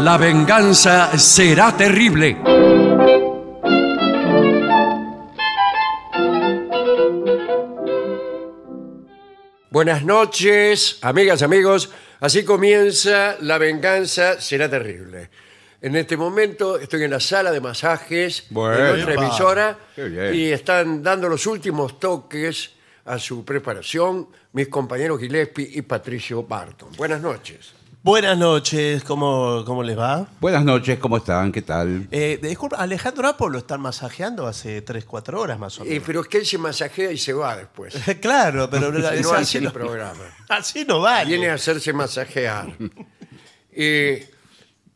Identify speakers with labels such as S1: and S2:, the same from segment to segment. S1: La venganza será terrible. Buenas noches, amigas, amigos. Así comienza La venganza será terrible. En este momento estoy en la sala de masajes de
S2: Bueno.
S1: nuestra
S2: Epa.
S1: emisora
S2: Qué bien.
S1: y están dando los últimos toques a su preparación mis compañeros Gillespie y Patricio Barton. Buenas noches.
S3: Buenas noches, ¿cómo, cómo les va?
S2: Buenas noches, ¿cómo están? ¿Qué tal?
S3: Eh, disculpa, Alejandro Apo lo están masajeando hace 3, 4 horas más o
S1: Eh,
S3: menos.
S1: pero es que él se masajea y se va después.
S3: claro, pero es
S1: No hace
S3: así,
S1: el
S3: no,
S1: programa.
S3: así no vale.
S1: Viene a hacerse masajear. Eh,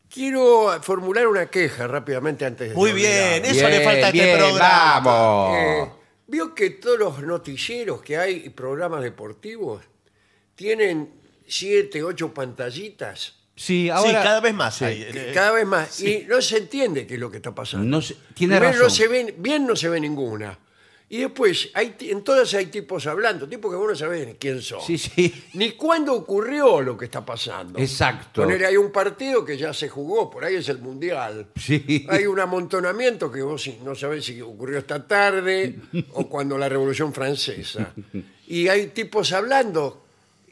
S1: quiero formular una queja rápidamente antes de.
S3: Muy
S1: olvidarme.
S3: bien, eso le falta a este
S2: bien,
S3: programa.
S2: ¡Vamos!
S1: Eh, Vio que todos los noticieros que hay y programas deportivos tienen siete, ocho pantallitas,
S2: sí,
S3: Sí,
S2: ahora.
S3: cada vez más.
S2: Sí.
S3: hay, eh,
S1: cada vez más, y no se entiende qué es lo que está pasando.
S2: No se- tiene
S1: Primero no
S2: razón.
S1: se ven, bien no se ve ninguna. Y después, hay, ti- en todas hay tipos hablando, tipos que vos no sabés ni quién son.
S2: Sí, sí.
S1: Ni cuándo ocurrió lo que está pasando.
S2: Exacto.
S1: Poner hay un partido que ya se jugó, por ahí es el mundial.
S2: Sí.
S1: Hay un amontonamiento que vos si- no sabés si ocurrió esta tarde o cuando la Revolución Francesa. Y hay tipos hablando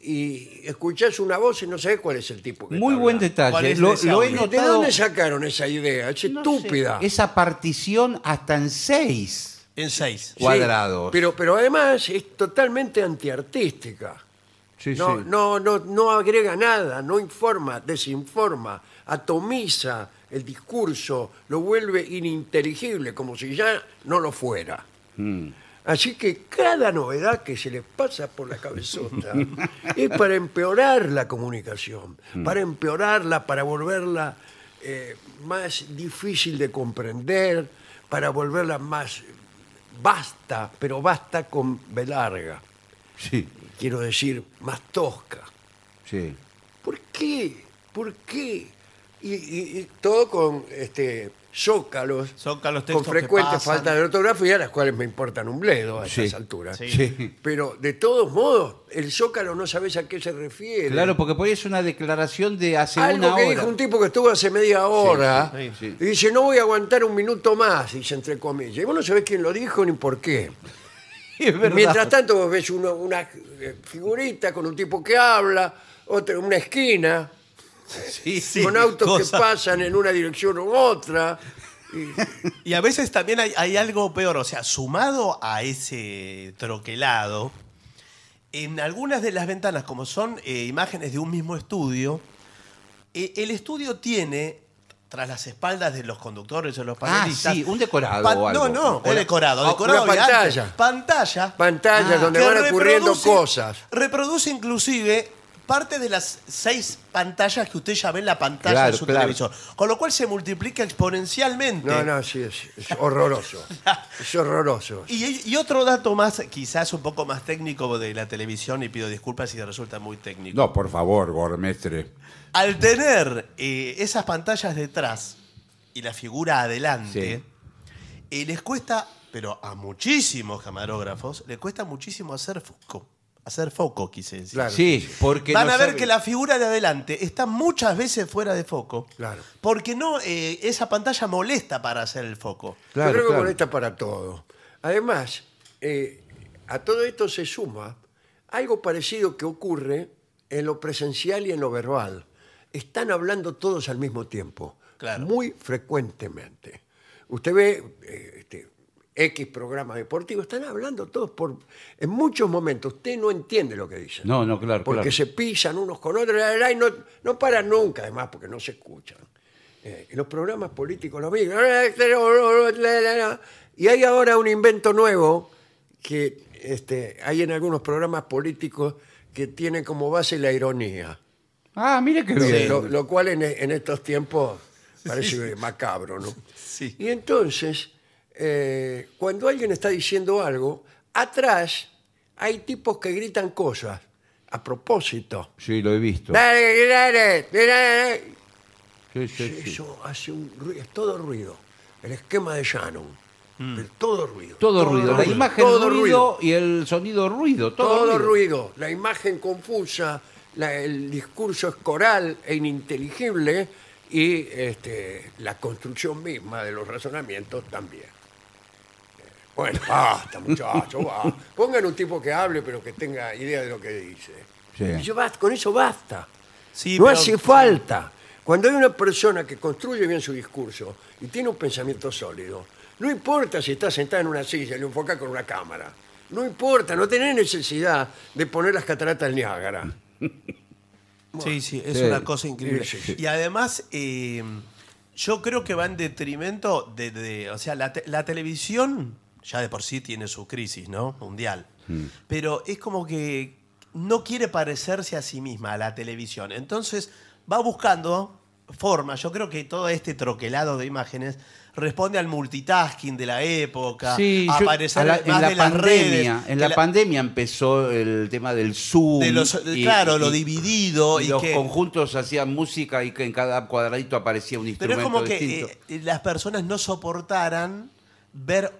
S1: y escuchás una voz y no sabés cuál es el tipo que
S2: Muy
S1: está
S2: buen
S1: hablando.
S2: detalle.
S3: ¿Cuál es
S2: lo,
S3: ese
S2: lo he
S3: audio?
S1: ¿De
S2: notado.
S1: dónde sacaron esa idea? Es
S2: no sé,
S1: estúpida.
S2: esa partición hasta en seis
S3: En 6.
S1: Sí,
S2: cuadrados.
S1: Pero, pero además es totalmente antiartística.
S2: Sí,
S1: no,
S2: sí.
S1: no, no, no agrega nada, no informa, desinforma, atomiza el discurso, lo vuelve ininteligible, como si ya no lo fuera.
S2: Mm.
S1: Así que cada novedad que se les pasa por la cabezota es para empeorar la comunicación, para empeorarla, para volverla eh, más difícil de comprender, para volverla más basta, pero basta con B larga
S2: Sí,
S1: quiero decir, más tosca.
S2: sí.
S1: ¿Por qué? ¿Por qué? Y, y- y todo con este zócalos,
S3: Zócalos,
S1: con
S3: textos que
S1: frecuente
S3: pasan.
S1: falta de ortografía, las cuales me importan un bledo a
S2: Sí.
S1: esas alturas.
S3: Sí.
S2: Sí.
S1: Pero de todos modos, el zócalo no sabes a qué se refiere.
S2: Claro, porque por ahí es una declaración de hace
S1: Algo
S2: una
S1: que
S2: hora.
S1: dijo un tipo que estuvo hace media hora
S2: sí, sí.
S1: y dice, no voy a aguantar un minuto más, dice entre comillas. Y vos no sabés quién lo dijo ni por qué.
S2: Es verdad.
S1: Mientras tanto vos ves uno- una eh, figurita con un tipo que habla, otra una esquina,
S2: Sí, sí.
S1: con autos
S3: cosa.
S1: que pasan en una dirección u otra.
S3: Y a veces también hay, hay algo peor, o sea, sumado a ese troquelado, en algunas de las ventanas, como son eh, imágenes de un mismo estudio, eh, el estudio tiene, tras las espaldas de los conductores o los
S2: Ah,
S3: panelistas...
S2: sí, un decorado
S3: pan-
S2: o algo.
S3: No, no, un
S2: Era-
S3: decorado,
S1: Ah,
S3: decorado
S1: una
S3: y antes,
S1: pantalla.
S3: pantalla. Ah.
S1: Pantallas donde
S3: que
S1: van ocurriendo
S3: reproduce-
S1: cosas.
S3: Reproduce inclusive parte de las seis pantallas que usted ya ve en la pantalla
S2: Claro,
S3: de su
S2: claro.
S3: televisor. Con lo cual se multiplica exponencialmente.
S1: No, no, sí, es, es horroroso. Es horroroso.
S3: Y, y otro dato más, quizás un poco más técnico de la televisión, y pido disculpas si resulta muy técnico.
S2: No, por favor, Gormestre.
S3: Al tener eh, esas pantallas detrás y la figura adelante, eh, les cuesta, pero a muchísimos camarógrafos, les cuesta muchísimo hacer foco. Hacer foco, quise decir.
S1: Claro.
S2: Sí, porque.
S3: Van
S2: no
S3: a ver
S2: sabe-
S3: que la figura de adelante está muchas veces fuera de foco.
S1: Claro.
S3: Porque no, eh, esa pantalla molesta para hacer el foco.
S1: Yo
S2: Claro,
S1: creo que
S2: claro.
S1: molesta para todo. Además, eh, a todo esto se suma algo parecido que ocurre en lo presencial y en lo verbal. Están hablando todos al mismo tiempo,
S3: Claro.
S1: muy frecuentemente. Usted ve eh, este, X programas deportivos, están hablando todos por... En muchos momentos usted no entiende lo que dicen.
S2: No, no, claro,
S1: Porque
S2: claro.
S1: se pisan unos con otros, la, la, la, y no, no paran nunca, además, porque no se escuchan. Eh, y los programas políticos lo mismo. Y hay ahora un invento nuevo que este, hay en algunos programas políticos que tiene como base la ironía.
S2: Ah, mire qué
S1: Lo,
S2: bien.
S1: lo- lo cual en, en estos tiempos parece macabro, ¿no?
S3: Sí.
S1: Y entonces, eh, cuando alguien está diciendo algo, atrás hay tipos que gritan cosas a propósito.
S2: Sí, lo he visto.
S1: Dale, dale, dale.
S2: Sí, sí, sí.
S1: Eso hace un ruido, es todo ruido. El esquema de Shannon. Pero todo ruido.
S2: Mm. Todo ruido. La imagen
S1: todo ruido.
S2: ruido, y el sonido ruido. Todo,
S1: Todo, ruido. La imagen confusa, la- el discurso es coral e ininteligible y este, la construcción misma de los razonamientos también. Eh, Bueno, basta, muchachos, basta. Pongan un tipo que hable, pero que tenga idea de lo que dice.
S2: Sí.
S1: Y yo, basta, con eso basta.
S3: Sí,
S1: no
S3: pero-
S1: hace falta. Cuando hay una persona que construye bien su discurso y tiene un pensamiento sólido, no importa si está sentada en una silla y lo enfoca con una cámara. No importa, no tenés necesidad de poner las cataratas del Niágara.
S3: Sí, sí, es
S2: Sí.
S3: una cosa increíble.
S1: Sí, sí, sí.
S3: Y además, eh, yo creo que va en detrimento de, de- o sea, la, te- la televisión ya de por sí tiene su crisis, ¿no? Mundial.
S1: Mm.
S3: Pero es como que no quiere parecerse a sí misma a la televisión. Entonces va buscando formas. Yo creo que todo este troquelado de imágenes responde al multitasking de la época,
S2: Sí, yo-
S3: aparecer
S2: a la-
S3: más
S2: en la
S3: de las redes,
S2: pandemia, en
S3: de
S2: la,
S3: la-
S2: pandemia empezó el tema del Zoom.
S3: de los-
S2: y-
S3: claro, lo
S2: y-
S3: dividido
S2: y
S3: y,
S2: los
S3: que-
S2: conjuntos hacían música y que en cada cuadradito aparecía un
S3: Pero
S2: instrumento
S3: es como que
S2: distinto.
S3: eh, las personas no soportaran ver,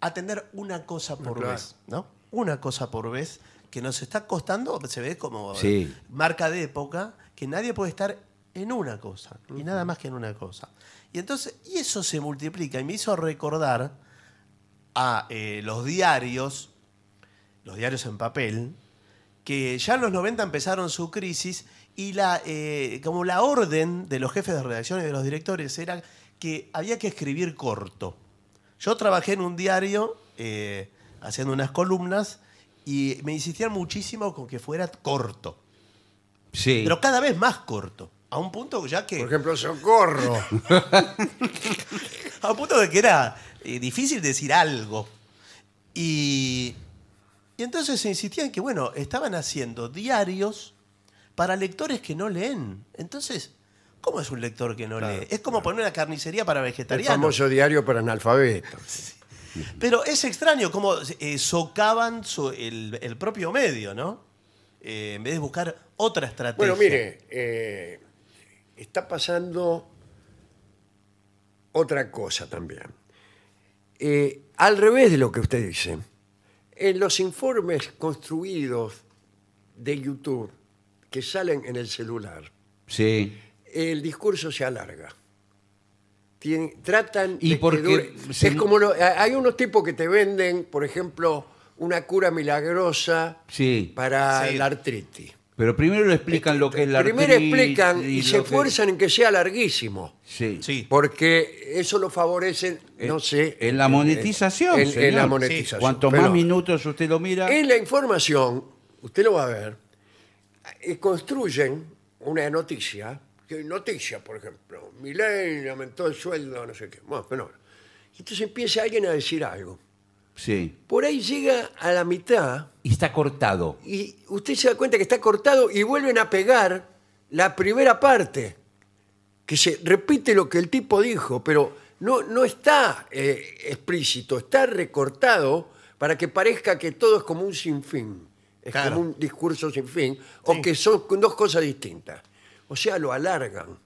S3: atender una cosa por
S1: Claro.
S3: vez, ¿no? Una cosa por vez que nos está costando, se ve como eh,
S2: Sí.
S3: marca de época, que nadie puede estar en una cosa, y nada más que en una cosa. Y entonces, y eso se multiplica, y me hizo recordar a eh, los diarios, los diarios en papel, que ya en los 90 empezaron su crisis y la, eh, como la orden de los jefes de redacción y de los directores era que había que escribir corto. Yo trabajé en un diario eh, haciendo unas columnas y me insistían muchísimo con que fuera corto,
S2: Sí.
S3: pero cada vez más corto. A un punto ya que.
S1: Por ejemplo, socorro.
S3: A punto de que era eh, difícil decir algo. Y, y entonces se insistía en que, bueno, estaban haciendo diarios para lectores que no leen. Entonces, ¿cómo es un lector que no lee? Es como poner una carnicería para
S1: El
S3: vegetarianos.
S1: famoso diario para analfabetos.
S3: Pero es extraño cómo eh, socavan su- el, el propio medio, ¿no? Eh, en vez de buscar otra estrategia.
S1: Bueno, mire, eh, está pasando otra cosa también. Eh, al revés de lo que usted dice, en los informes construidos de YouTube que salen en el celular,
S2: Sí.
S1: el discurso se alarga. Tien- tratan
S2: Y
S1: de que
S2: porque
S1: dure-
S2: se-
S1: es como lo- hay unos tipos que te venden, por ejemplo, una cura milagrosa
S2: Sí.
S1: para
S3: Sí.
S1: la artritis.
S2: Pero primero le explican lo que es la
S1: Primero
S2: artritis
S1: explican y,
S2: lo
S1: se
S2: que-
S1: esfuerzan en que sea larguísimo,
S2: Sí.
S3: Sí.
S1: porque eso lo favorece, no
S2: Eh,
S1: sé.
S2: en la monetización,
S1: En, en
S2: señor.
S1: la
S2: Sí.
S1: monetización.
S2: Cuanto más
S1: Pero
S2: minutos usted lo mira,
S1: En la información, usted lo va a ver, eh, construyen una noticia, que noticia, por ejemplo, Milei aumentó el sueldo, no sé qué. Bueno, pero no. Entonces empieza alguien a decir algo.
S2: sí.
S1: Por ahí llega a la mitad
S2: Y está cortado.
S1: y usted se da cuenta que está cortado y vuelven a pegar la primera parte, que se repite lo que el tipo dijo, pero no, no está eh, explícito, está recortado para que parezca que todo es como un sinfín, es
S3: Claro.
S1: como un discurso sin fin, o que son dos cosas distintas. O sea, lo alargan,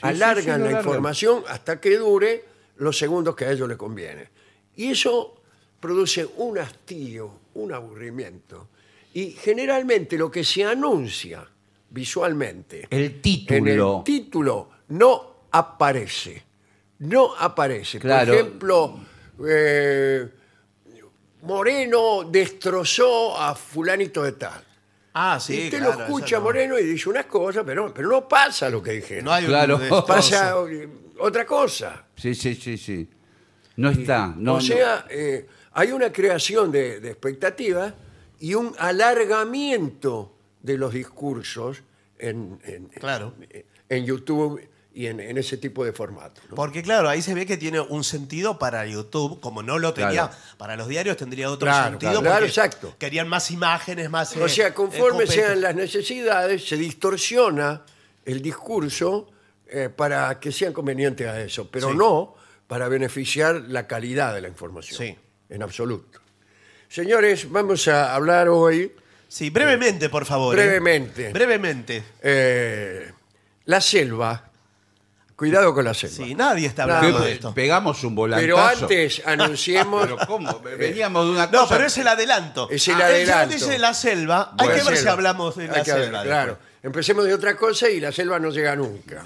S1: alargan
S2: sí, lo
S1: la
S2: alargan.
S1: información hasta que dure los segundos que a ellos les conviene. Y eso produce un hastío, un aburrimiento. Y generalmente lo que se anuncia visualmente
S2: El
S1: en el
S2: título.
S1: título no aparece. No aparece.
S2: Claro.
S1: Por ejemplo, eh, Moreno destrozó a fulanito de tal.
S3: Ah, sí.
S1: Y usted
S3: claro,
S1: lo
S3: eso
S1: escucha
S3: no.
S1: Moreno y dice unas cosas, pero, pero no pasa lo que dijeron.
S3: No hay un
S2: Claro.
S3: destrozo.
S1: pasa eh, otra cosa.
S2: Sí, sí, sí, sí. No está. No,
S1: o sea, eh, hay una creación de, de expectativas y un alargamiento de los discursos en, en-
S3: Claro.
S1: en YouTube y en, en ese tipo de formato. ¿no?
S3: Porque claro, ahí se ve que tiene un sentido para YouTube, como no lo tenía
S2: Claro.
S3: para los diarios, tendría otro
S1: Claro,
S3: sentido.
S1: claro, claro,
S3: porque
S1: exacto.
S3: Querían más imágenes, más.
S1: O
S3: eh,
S1: sea, conforme
S3: eh,
S1: sean las necesidades, se distorsiona el discurso eh, para que sean convenientes a eso, pero
S3: Sí.
S1: no para beneficiar la calidad de la información.
S3: Sí.
S1: En absoluto. Señores, vamos a hablar hoy
S3: Sí, brevemente, por favor. eh.
S1: brevemente.
S3: Brevemente.
S1: Eh, la selva. Cuidado con la selva.
S3: Sí, nadie está
S1: Nada.
S3: hablando
S1: ¿Qué-
S3: de
S2: que
S3: esto.
S2: pegamos un volantazo.
S1: Pero antes anunciemos.
S2: Pero ¿cómo? Veníamos de una cosa.
S3: No, pero es el adelanto.
S1: Es el
S3: Ah, él ya
S1: adelanto.
S3: dice la selva.
S1: Bueno,
S3: Hay que ver si
S1: selva.
S3: hablamos de
S1: Hay
S3: la
S1: que ver,
S3: selva.
S1: claro. Empecemos de otra cosa y la selva no llega nunca.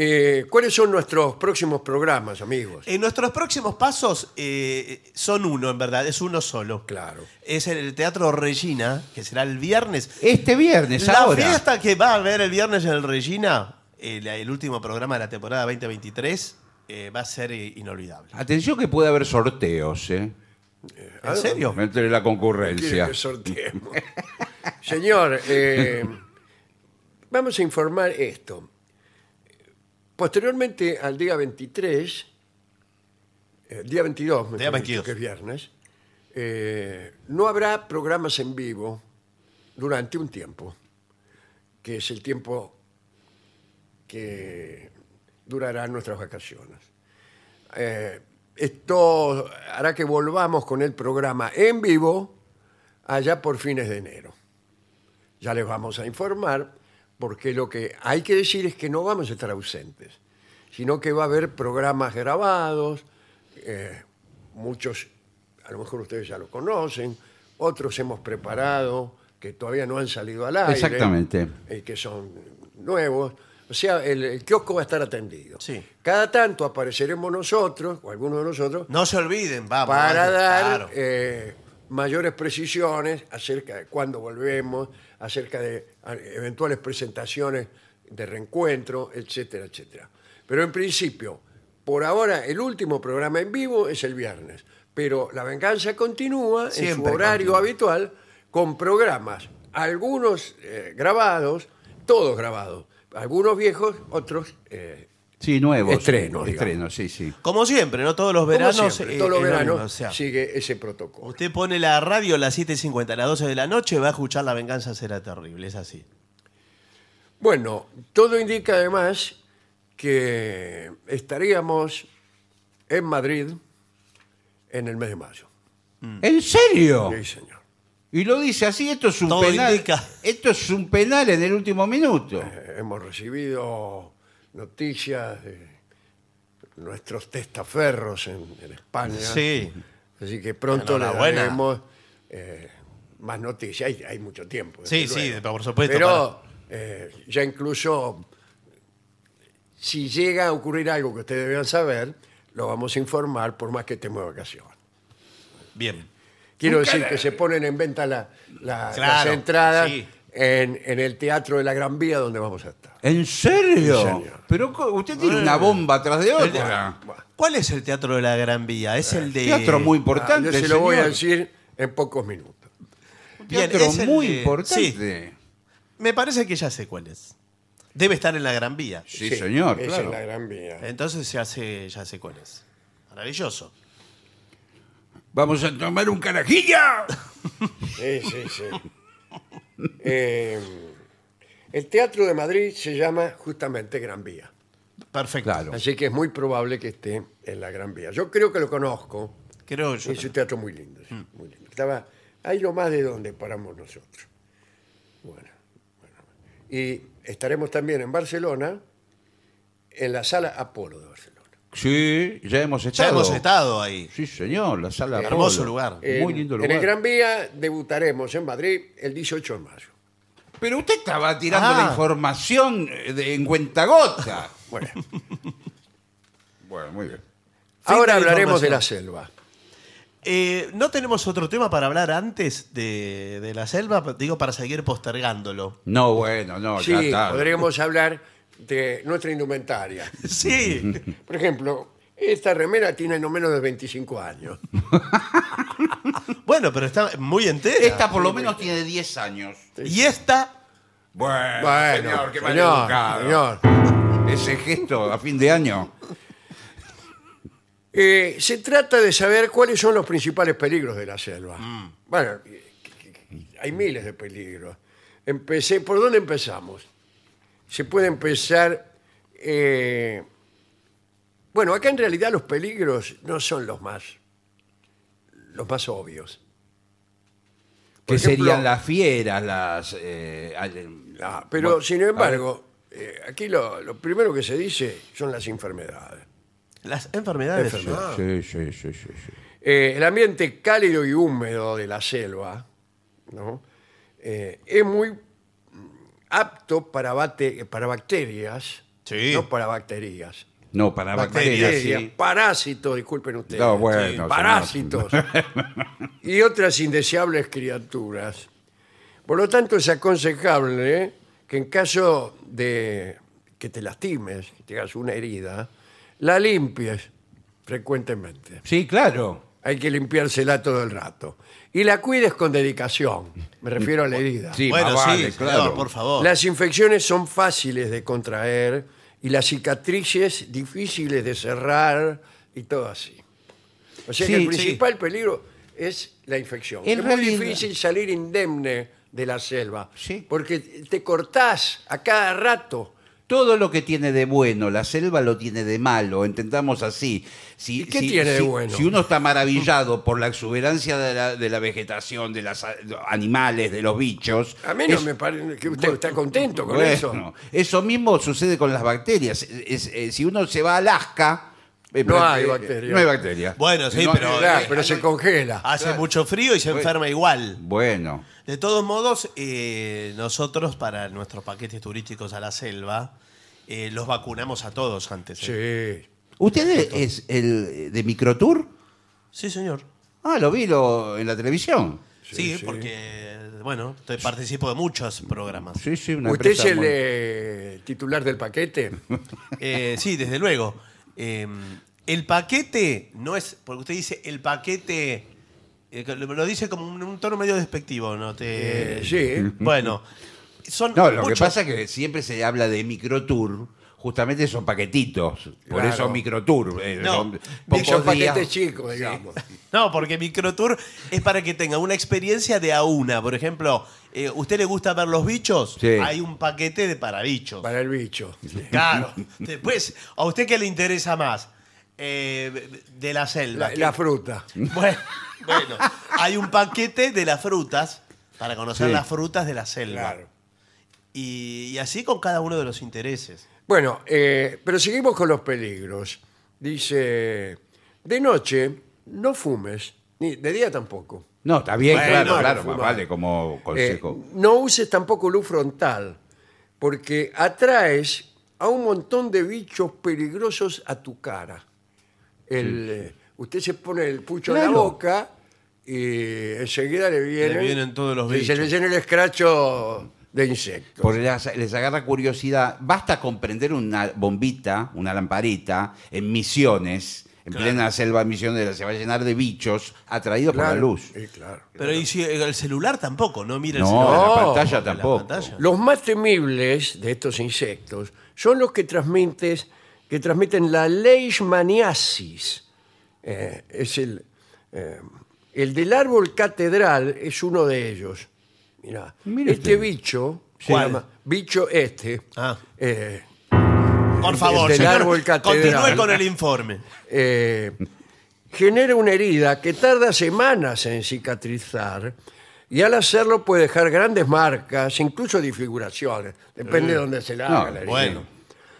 S1: Eh, ¿Cuáles son nuestros próximos programas, amigos?
S3: En nuestros próximos pasos eh, son uno, en verdad, es uno solo.
S1: Claro.
S3: Es en el Teatro Regina, que será el viernes.
S2: Este viernes,
S3: la
S2: ahora.
S3: fiesta que va a haber el viernes en el Regina, el, el último programa de la temporada 2023, eh, va a ser eh, inolvidable.
S2: Atención que puede haber sorteos, ¿eh?
S3: ¿En serio?
S2: Entre la
S1: Quiere
S2: concurrencia.
S1: que sorteemos. Señor, eh, vamos a informar esto. Posteriormente al día 23, eh, día 22, mejor
S3: Día
S1: dicho,
S3: 22.
S1: que es viernes, eh, no habrá programas en vivo durante un tiempo, que es el tiempo que durarán nuestras vacaciones. Eh, esto hará que volvamos con el programa en vivo allá por fines de enero. Ya les vamos a informar, porque lo que hay que decir es que no vamos a estar ausentes, sino que va a haber programas grabados, eh, muchos a lo mejor ustedes ya lo conocen, otros hemos preparado que todavía no han salido al aire.
S2: Exactamente.
S1: eh, que son nuevos. O sea, el, el kiosco va a estar atendido.
S3: Sí.
S1: Cada tanto apareceremos nosotros, o algunos de nosotros,
S3: No se olviden, vamos.
S1: para
S3: vamos,
S1: dar
S3: claro.
S1: eh, mayores precisiones acerca de cuándo volvemos, acerca de a- eventuales presentaciones de reencuentro, etcétera, etcétera. Pero en principio, por ahora, el último programa en vivo es el viernes, pero la venganza continúa en
S3: Siempre
S1: su horario
S3: continúa.
S1: habitual con programas, algunos eh, grabados, todos grabados, algunos viejos, otros... eh,
S2: Sí, nuevos.
S1: Estreno, digamos.
S2: Estreno, sí, sí.
S3: Como siempre, ¿no? Todos los
S1: como
S3: veranos.
S1: siempre,
S3: eh,
S1: todos los
S3: es lo
S1: veranos
S3: mismo, o sea,
S1: sigue ese protocolo.
S3: Usted pone la radio a las 7.50, a las 12 de la noche, va a escuchar La Venganza Será Terrible, es así.
S1: Bueno, todo indica además que estaríamos en Madrid en el mes de mayo.
S2: ¿En serio?
S1: Sí, señor.
S2: Y lo dice así, esto es un
S3: Todo
S2: penal.
S3: indica.
S2: Esto es un penal en el último minuto.
S1: Eh, Hemos recibido noticias de nuestros testaferros en, en España.
S3: Sí.
S1: Así que pronto le
S3: Enhorabuena.
S1: daremos eh, más noticias. Hay, hay mucho tiempo.
S3: Sí,
S1: desde
S3: sí,
S1: luego.
S3: por supuesto,
S1: Pero eh, ya incluso si llega a ocurrir algo que ustedes deban saber, lo vamos a informar por más que estemos de vacaciones.
S3: Bien.
S1: Quiero decir que se ponen en venta la- la-
S3: Claro,
S1: las entradas
S3: sí.
S1: en, en el Teatro de la Gran Vía donde vamos a estar.
S2: ¿En serio?
S1: Sí, señor.
S2: Pero co- usted tiene una bomba atrás de otra.
S1: Bueno,
S3: ¿Cuál es el Teatro de la Gran Vía? Es el de.
S2: Teatro muy
S1: ah,
S2: importante.
S1: yo se lo voy a
S2: señor.
S1: decir en pocos minutos.
S3: Bien,
S2: Teatro
S3: es el
S2: muy
S3: de-
S2: importante.
S3: Me parece que ya sé cuál es. Debe estar en la Gran Vía.
S2: Sí, señor.
S1: Es en
S2: claro. Eh.
S1: la Gran Vía.
S3: Entonces ya sé, ya sé cuál es. Maravilloso.
S2: Vamos a tomar un carajilla.
S1: Sí, sí, sí. Eh, el Teatro de Madrid se llama justamente Gran Vía.
S3: Perfecto.
S2: Claro.
S1: Así que es muy probable que esté en la Gran Vía. Yo creo que lo conozco.
S3: Creo yo.
S1: Es un teatro muy lindo.
S2: Mm.
S1: sí, muy lindo. Estaba ahí nomás de donde paramos nosotros. Bueno, bueno. Y estaremos también en Barcelona, en la sala Apolo de Barcelona.
S2: Sí, ya hemos
S3: Ya
S2: estado.
S3: hemos estado ahí.
S2: Sí, señor, la sala. Apolo.
S3: Hermoso lugar.
S2: Muy
S1: En-
S2: lindo
S1: en
S2: lugar.
S1: el Gran Vía debutaremos en Madrid el 18 de mayo.
S2: Pero usted estaba tirando
S3: Ah.
S2: la información eh, de- en cuentagota.
S1: Bueno,
S2: bueno, muy bien.
S1: ahora
S3: de la
S1: hablaremos de
S3: información.
S1: la selva.
S3: Eh, ¿No tenemos otro tema para hablar antes de, de la selva? Digo, para seguir postergándolo.
S2: No, bueno, no, Oh, ya
S1: Sí,
S2: está.
S1: podríamos hablar de nuestra indumentaria.
S3: Sí.
S1: Por ejemplo, esta remera tiene no menos de 25 años.
S3: bueno, pero está muy entera.
S2: Esta por lo menos tiene 10 años.
S3: Y esta.
S2: Bueno,
S1: Bueno,
S2: señor, qué mal
S1: señor,
S2: educado.
S1: señor.
S2: Ese gesto a fin de año.
S1: Eh, se trata de saber cuáles son los principales peligros de la selva.
S2: Mm.
S1: Bueno, eh, que- que- hay miles de peligros. Empecé, ¿Por dónde empezamos? Se puede empezar... eh, bueno, acá en realidad los peligros no son los más, los más obvios. Por
S2: Que
S1: ejemplo,
S2: serían las fieras, las. eh, al-
S1: Ah, pero
S2: bueno,
S1: sin
S2: a ver.
S1: embargo, eh, aquí lo, lo primero que se dice son las enfermedades.
S3: Las enfermedades.
S1: Enfermedades.
S2: Sí, sí, sí, sí, sí.
S1: Eh, el ambiente cálido y húmedo de la selva ¿no? Eh, es muy mm, apto para, bate- para bacterias
S3: Sí.
S1: no para bacterias.
S2: No, para
S3: Bacterias,
S2: bacterias,
S1: Bacterias,
S2: sí.
S1: parásitos, disculpen ustedes.
S2: No, bueno, señor.
S1: parásitos. y otras indeseables criaturas. Por lo tanto, es aconsejable ¿eh? que en caso de que te lastimes, que tengas una herida, la limpies frecuentemente.
S2: Sí, claro.
S1: Hay que limpiársela todo el rato. Y la cuides con dedicación. Me refiero a la herida.
S2: Sí,
S3: bueno,
S2: más vale,
S3: sí, señor,
S2: claro.
S3: por favor.
S1: Las infecciones son fáciles de contraer y las cicatrices difíciles de cerrar y todo así. O sea que
S2: Sí,
S1: el
S2: sí.
S1: principal peligro es la infección.
S2: En
S1: es
S2: realidad-
S1: muy difícil salir indemne de la selva
S2: Sí.
S1: porque te cortás a cada rato.
S2: Todo lo que tiene de bueno, la selva lo tiene de malo, entendamos así. Si,
S1: ¿Y qué
S2: si-
S1: tiene de
S2: si-
S1: bueno?
S2: Si uno está maravillado por la exuberancia de la, de la vegetación, de los animales, de los bichos...
S1: A mí no
S2: es-
S1: me parece que usted está contento con
S2: Bueno,
S1: eso. No
S2: eso mismo sucede con las bacterias. Es- es- si uno se va a Alaska... eh,
S1: No hay
S2: eh,
S1: bacterias.
S2: No hay bacterias.
S3: Bueno, sí,
S2: No-
S3: pero-
S1: Claro,
S3: eh,
S1: pero se congela.
S3: Hace mucho frío y se enferma igual.
S2: Bueno,
S3: De todos modos, eh, nosotros para nuestros paquetes turísticos a la selva, eh, los vacunamos a todos antes. ¿eh?
S1: Sí.
S2: ¿usted es el de Microtour?
S3: Sí, señor.
S2: Ah, lo vi lo- en la televisión.
S3: Sí,
S1: sí.
S3: porque, bueno, te- participo de muchos programas.
S2: Sí, sí, una
S1: ¿Usted es
S2: empresa
S1: el
S2: muy-
S1: eh, titular del paquete?
S3: Eh, sí, desde luego. Eh, el paquete no es, porque usted dice el paquete, eh, que lo lo dice como un, un tono medio despectivo, ¿no? Te,
S1: Eh, sí.
S3: Bueno, son
S2: No, lo que
S3: muchos-
S2: pasa es que siempre se habla de microtour, justamente son paquetitos, por
S1: Claro.
S2: eso microtour. eh,
S3: No,
S2: son
S1: Y Son
S2: pocos días.
S1: paquetes chicos, digamos.
S3: No, porque Microtour es para que tenga una experiencia de a una. Por ejemplo, eh, ¿usted le gusta ver los bichos?
S2: Sí.
S3: Hay un paquete de para bichos.
S1: Para el bicho.
S3: Claro. Después, ¿a usted qué le interesa más? Eh, de la selva.
S1: La, la fruta.
S3: Bueno, bueno, hay un paquete de las frutas para conocer
S2: Sí.
S3: las frutas de la selva.
S1: Claro.
S3: Y, y así con cada uno de los intereses.
S1: Bueno, eh, pero seguimos con los peligros. Dice, de noche no fumes, ni de día tampoco.
S2: No, está bien,
S1: Bueno,
S2: claro,
S1: no,
S2: claro,
S1: fumar.
S2: más vale como consejo.
S1: Eh, no uses tampoco luz frontal, porque atraes a un montón de bichos peligrosos a tu cara. El, eh, Usted se pone el pucho en la
S2: Claro.
S1: boca y enseguida le vienen,
S3: vienen todos los
S1: y Se le
S3: bichos.
S1: llena el escracho de insectos.
S2: Porque les, les agarra curiosidad. Basta con prender una bombita, una lamparita, en misiones, en
S3: Claro.
S2: plena selva misionera, se va a llenar de bichos atraídos por la luz.
S1: Sí, claro.
S3: Pero y si el celular tampoco, no mira el
S2: No,
S3: celular.
S1: No,
S2: la pantalla
S3: la
S2: tampoco.
S3: pantalla.
S1: Los más temibles de estos insectos son los que transmites, que transmiten la leishmaniasis. Eh, es el, eh, el del árbol catedral es uno de ellos. Mirá,
S2: Mire
S1: este
S2: usted.
S1: bicho, se
S3: ¿Cuál?
S1: llama bicho este,
S3: Ah.
S1: eh,
S3: Por favor,
S1: del
S3: señor,
S1: árbol catedral.
S3: continúe con el informe.
S1: eh, genera una herida que tarda semanas en cicatrizar y al hacerlo puede dejar grandes marcas, incluso disfiguraciones, depende de dónde se la haga
S2: No,
S1: la herida.
S3: Bueno,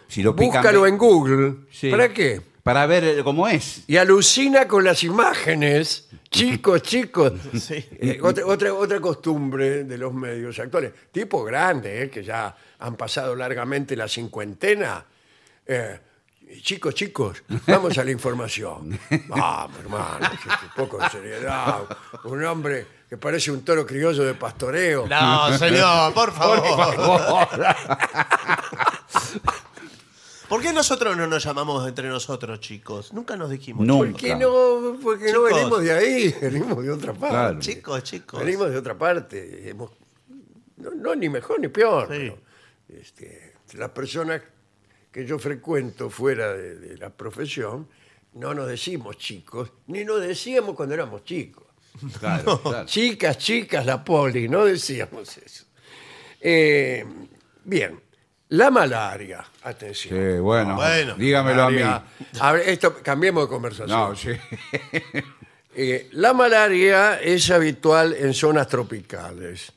S2: Si lo pican-
S1: Búscalo en Google.
S2: Sí.
S1: ¿Para qué?
S2: Para ver eh, cómo es.
S1: Y alucina con las imágenes. Chicos, chicos.
S3: Sí.
S1: Eh, otra, otra, otra costumbre de los medios actuales. Tipo grande, eh, que ya han pasado largamente la cincuentena. Eh, chicos, chicos, vamos a la información. Vamos, hermano, un poco de seriedad. Un hombre que parece un toro criollo de pastoreo.
S3: No, señor, por favor. ¿Por qué nosotros no nos llamamos entre nosotros, chicos? Nunca nos dijimos.
S2: No.
S1: ¿Por qué no? Porque no
S3: Chicos.
S1: venimos de ahí, venimos de otra parte.
S2: Claro.
S3: Chicos, chicos.
S1: Venimos de otra parte. hemos- no, no, ni mejor ni peor.
S3: Sí.
S1: pero, este, las personas que yo frecuento fuera de, de la profesión no nos decimos chicos, ni nos decíamos cuando éramos chicos.
S2: Claro, claro.
S1: Chicas, chicas, la poli, no decíamos eso. Eh, bien, la malaria, atención.
S2: Sí, bueno,
S3: Bueno,
S2: dígamelo a mí.
S1: Malaria. A ver, esto, cambiemos de conversación.
S2: No, sí.
S1: Eh, la malaria es habitual en zonas tropicales.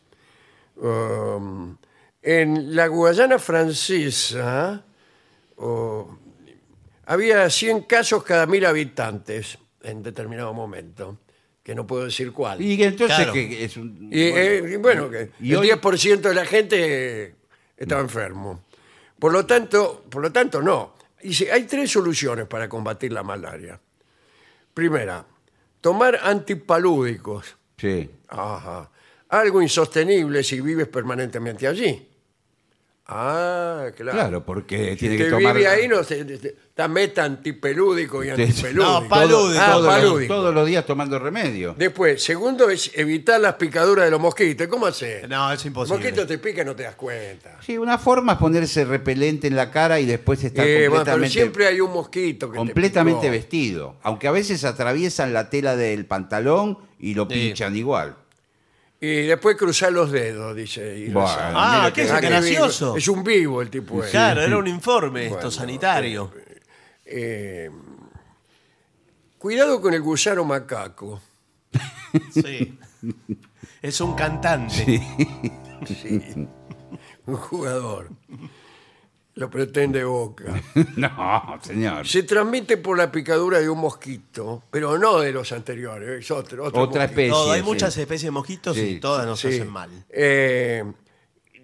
S1: Um, en la Guayana francesa oh, había 100 casos cada mil habitantes en determinado momento, que no puedo decir cuál. Y,
S2: Y entonces
S3: Claro.
S2: que es un...
S1: eh, y bueno, que
S2: Y
S1: el
S2: hoy-
S1: 10% de la gente estaba enfermo. Por lo tanto, por lo tanto no. Dice, hay tres soluciones para combatir la malaria. Primera, tomar antipalúdicos.
S2: Sí.
S1: Ajá. Algo insostenible si vives permanentemente allí. Ah, claro.
S2: Claro, porque tiene
S1: que
S2: que tomar.
S1: vive ahí, no sé, está meta antipelúdico y
S2: Sí, sí.
S1: antipelúdico.
S3: No, palúdico.
S1: Ah,
S2: todos los-
S1: palúdico.
S2: todos los días tomando remedio.
S1: Después, segundo es evitar las picaduras de los mosquitos. ¿Cómo haces?
S3: No, es
S1: los
S3: imposible.
S1: mosquitos te pican y no te das cuenta.
S2: Sí, una forma es ponerse repelente en la cara y después estar
S1: Eh, bueno, pero
S2: completamente,
S1: siempre hay un mosquito que te
S2: completamente
S1: picó.
S2: vestido. Aunque a veces atraviesan la tela del pantalón y lo pinchan igual.
S1: Y después cruzar los dedos, dice. y
S2: Bueno,
S1: rezar.
S3: Ah,
S2: mira
S3: ¿qué
S1: Ah,
S3: es?
S1: qué
S3: gracioso.
S1: vivo. Es un vivo el tipo. ese.
S3: Claro, era un informe
S1: Bueno,
S3: esto sanitario.
S1: Eh, cuidado con el gusano macaco.
S3: Sí. Es un cantante.
S1: Sí. un jugador. Lo pretende Boca.
S2: No, señor.
S1: Se transmite por la picadura de un mosquito, pero no de los anteriores, es otro. otro mosquito.
S2: Otra especie.
S3: Todo, hay
S2: sí.
S3: muchas especies de mosquitos
S2: Sí, Ah,
S3: y todas nos
S1: Sí.
S3: hacen mal.
S1: Eh,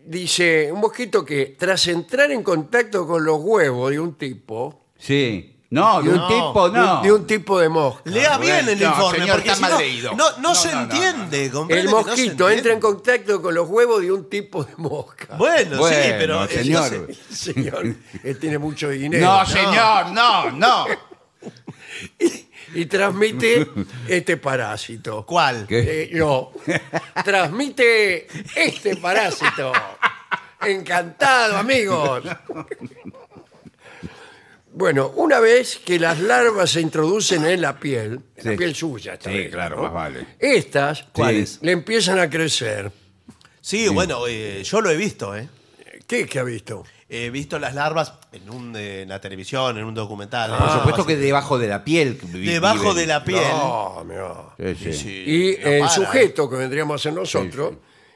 S1: dice, un mosquito que tras entrar en contacto con los huevos de un tipo,
S2: Sí. No, de un
S3: No,
S2: tipo
S1: de un-
S2: no.
S1: de un tipo de mosca,
S3: Lea
S2: bueno.
S3: bien el
S2: No,
S3: informe,
S2: señor,
S3: porque
S2: está
S3: si
S2: mal
S3: no,
S2: leído.
S3: no, no
S2: No,
S3: se
S2: no, no,
S3: entiende. comprende
S1: el
S3: que no se
S1: mosquito entra en
S3: entiende.
S1: contacto con los huevos de un tipo de mosca.
S3: Bueno, sí,
S2: Bueno,
S3: pero... eh,
S2: señor.
S3: no sé.
S1: Señor, él tiene mucho dinero.
S2: No, señor, no, no.
S1: Y transmite este parásito.
S3: ¿Cuál?
S2: ¿Qué?
S1: Eh, no. Transmite este parásito. Encantado, amigos. Bueno, una vez que las larvas se introducen en la piel, en la
S2: Sí.
S1: piel suya, esta
S2: Sí,
S1: vez,
S2: claro,
S1: ¿no?
S2: más vale.
S1: Estas
S2: ¿Cuáles?
S1: le empiezan a crecer.
S3: Sí, bueno, eh, yo lo he visto, ¿eh?
S1: ¿Qué es que ha visto?
S3: He visto las larvas en, un, eh, en la televisión, en un documental.
S2: Ah, Por supuesto que debajo de la piel. vi-
S3: Ah, Debajo
S2: viven.
S3: de la piel.
S1: No, no.
S2: Sí, sí.
S1: Y
S3: no
S1: el
S3: para,
S2: ¿eh?
S1: sujeto que vendríamos a ser nosotros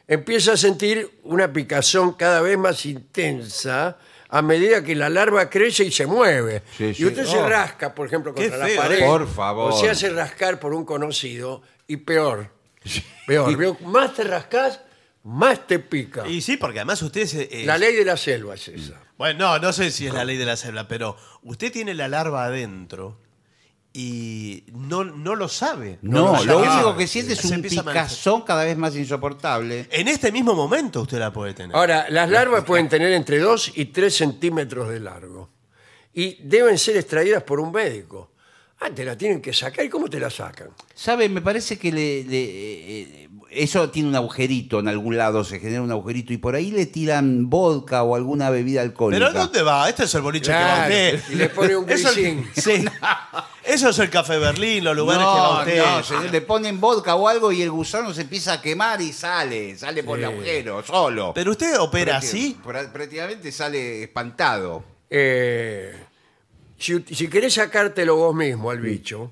S1: empieza a sentir una picazón cada vez más intensa a medida que la larva crece y se mueve.
S2: Sí,
S1: Y
S2: sí.
S1: usted se
S2: Oh.
S1: rasca, por ejemplo,
S3: Qué
S1: contra la
S3: feo,
S1: pared.
S2: ¿eh? Por favor.
S1: O se hace rascar por un conocido y peor. Peor. Veo, más te rascas, más te pica.
S3: Y sí, porque además usted... es, eh,
S1: La ley de la selva
S2: Mm.
S1: es esa.
S3: Bueno, no, no sé si es la ley de la selva, pero usted tiene la larva adentro y no, no lo sabe.
S2: No,
S1: No,
S2: lo
S1: ya-
S2: único que siente es
S3: Se
S2: un
S3: empieza a manifestar.
S2: picazón cada vez más insoportable.
S3: En este mismo momento usted la puede tener.
S1: Ahora, las larvas pueden tener entre 2 y 3 centímetros de largo y deben ser extraídas por un médico. Ah, te la tienen que sacar. ¿Y cómo te la sacan?
S2: ¿Sabe? Me parece que le, le- eh, eh, eso tiene un agujerito en algún lado, se genera un agujerito y por ahí le tiran vodka o alguna bebida alcohólica.
S3: ¿Pero a dónde va? Este es el boliche
S1: Claro,
S3: que va usted.
S1: y le pone un
S3: Eso es-
S1: grisín.
S3: sí. Eso es el Café Berlín, los lugares que va
S2: No,
S3: usted.
S2: no, señor, le ponen vodka o algo y el gusano se empieza a quemar y sale, sale por el agujero, solo.
S3: Pero usted opera
S2: Prácti-
S3: así.
S2: prá- Prácticamente sale espantado.
S1: Eh, si, si querés sacártelo vos mismo al bicho,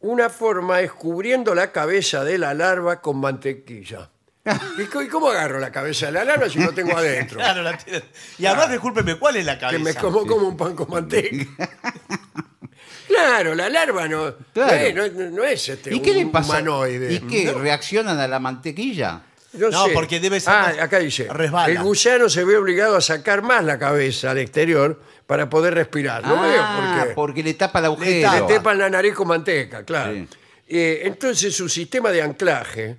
S1: una forma es cubriendo la cabeza de la larva con mantequilla. ¿Y co- y cómo agarro la cabeza de la larva si lo tengo adentro?
S3: Claro, la tiene. Y además, discúlpeme, ¿cuál es la
S1: Que
S3: cabeza?
S1: me como como un pan con manteca. Claro, la larva no,
S2: Claro.
S1: eh, no, no es este,
S2: ¿Y qué le
S1: un
S2: pasa?
S1: humanoide.
S2: ¿Y qué? ¿Reaccionan a la mantequilla?
S3: No, porque debe ser
S1: Ah,
S3: más-
S1: acá dice.
S3: resbala.
S1: El gusano se ve obligado a sacar más la cabeza al exterior para poder respirar. No
S2: Ah,
S1: veo por qué.
S2: porque le tapa el agujero.
S1: Le tepan la nariz con manteca, claro.
S2: Sí.
S1: Eh, entonces su sistema de anclaje,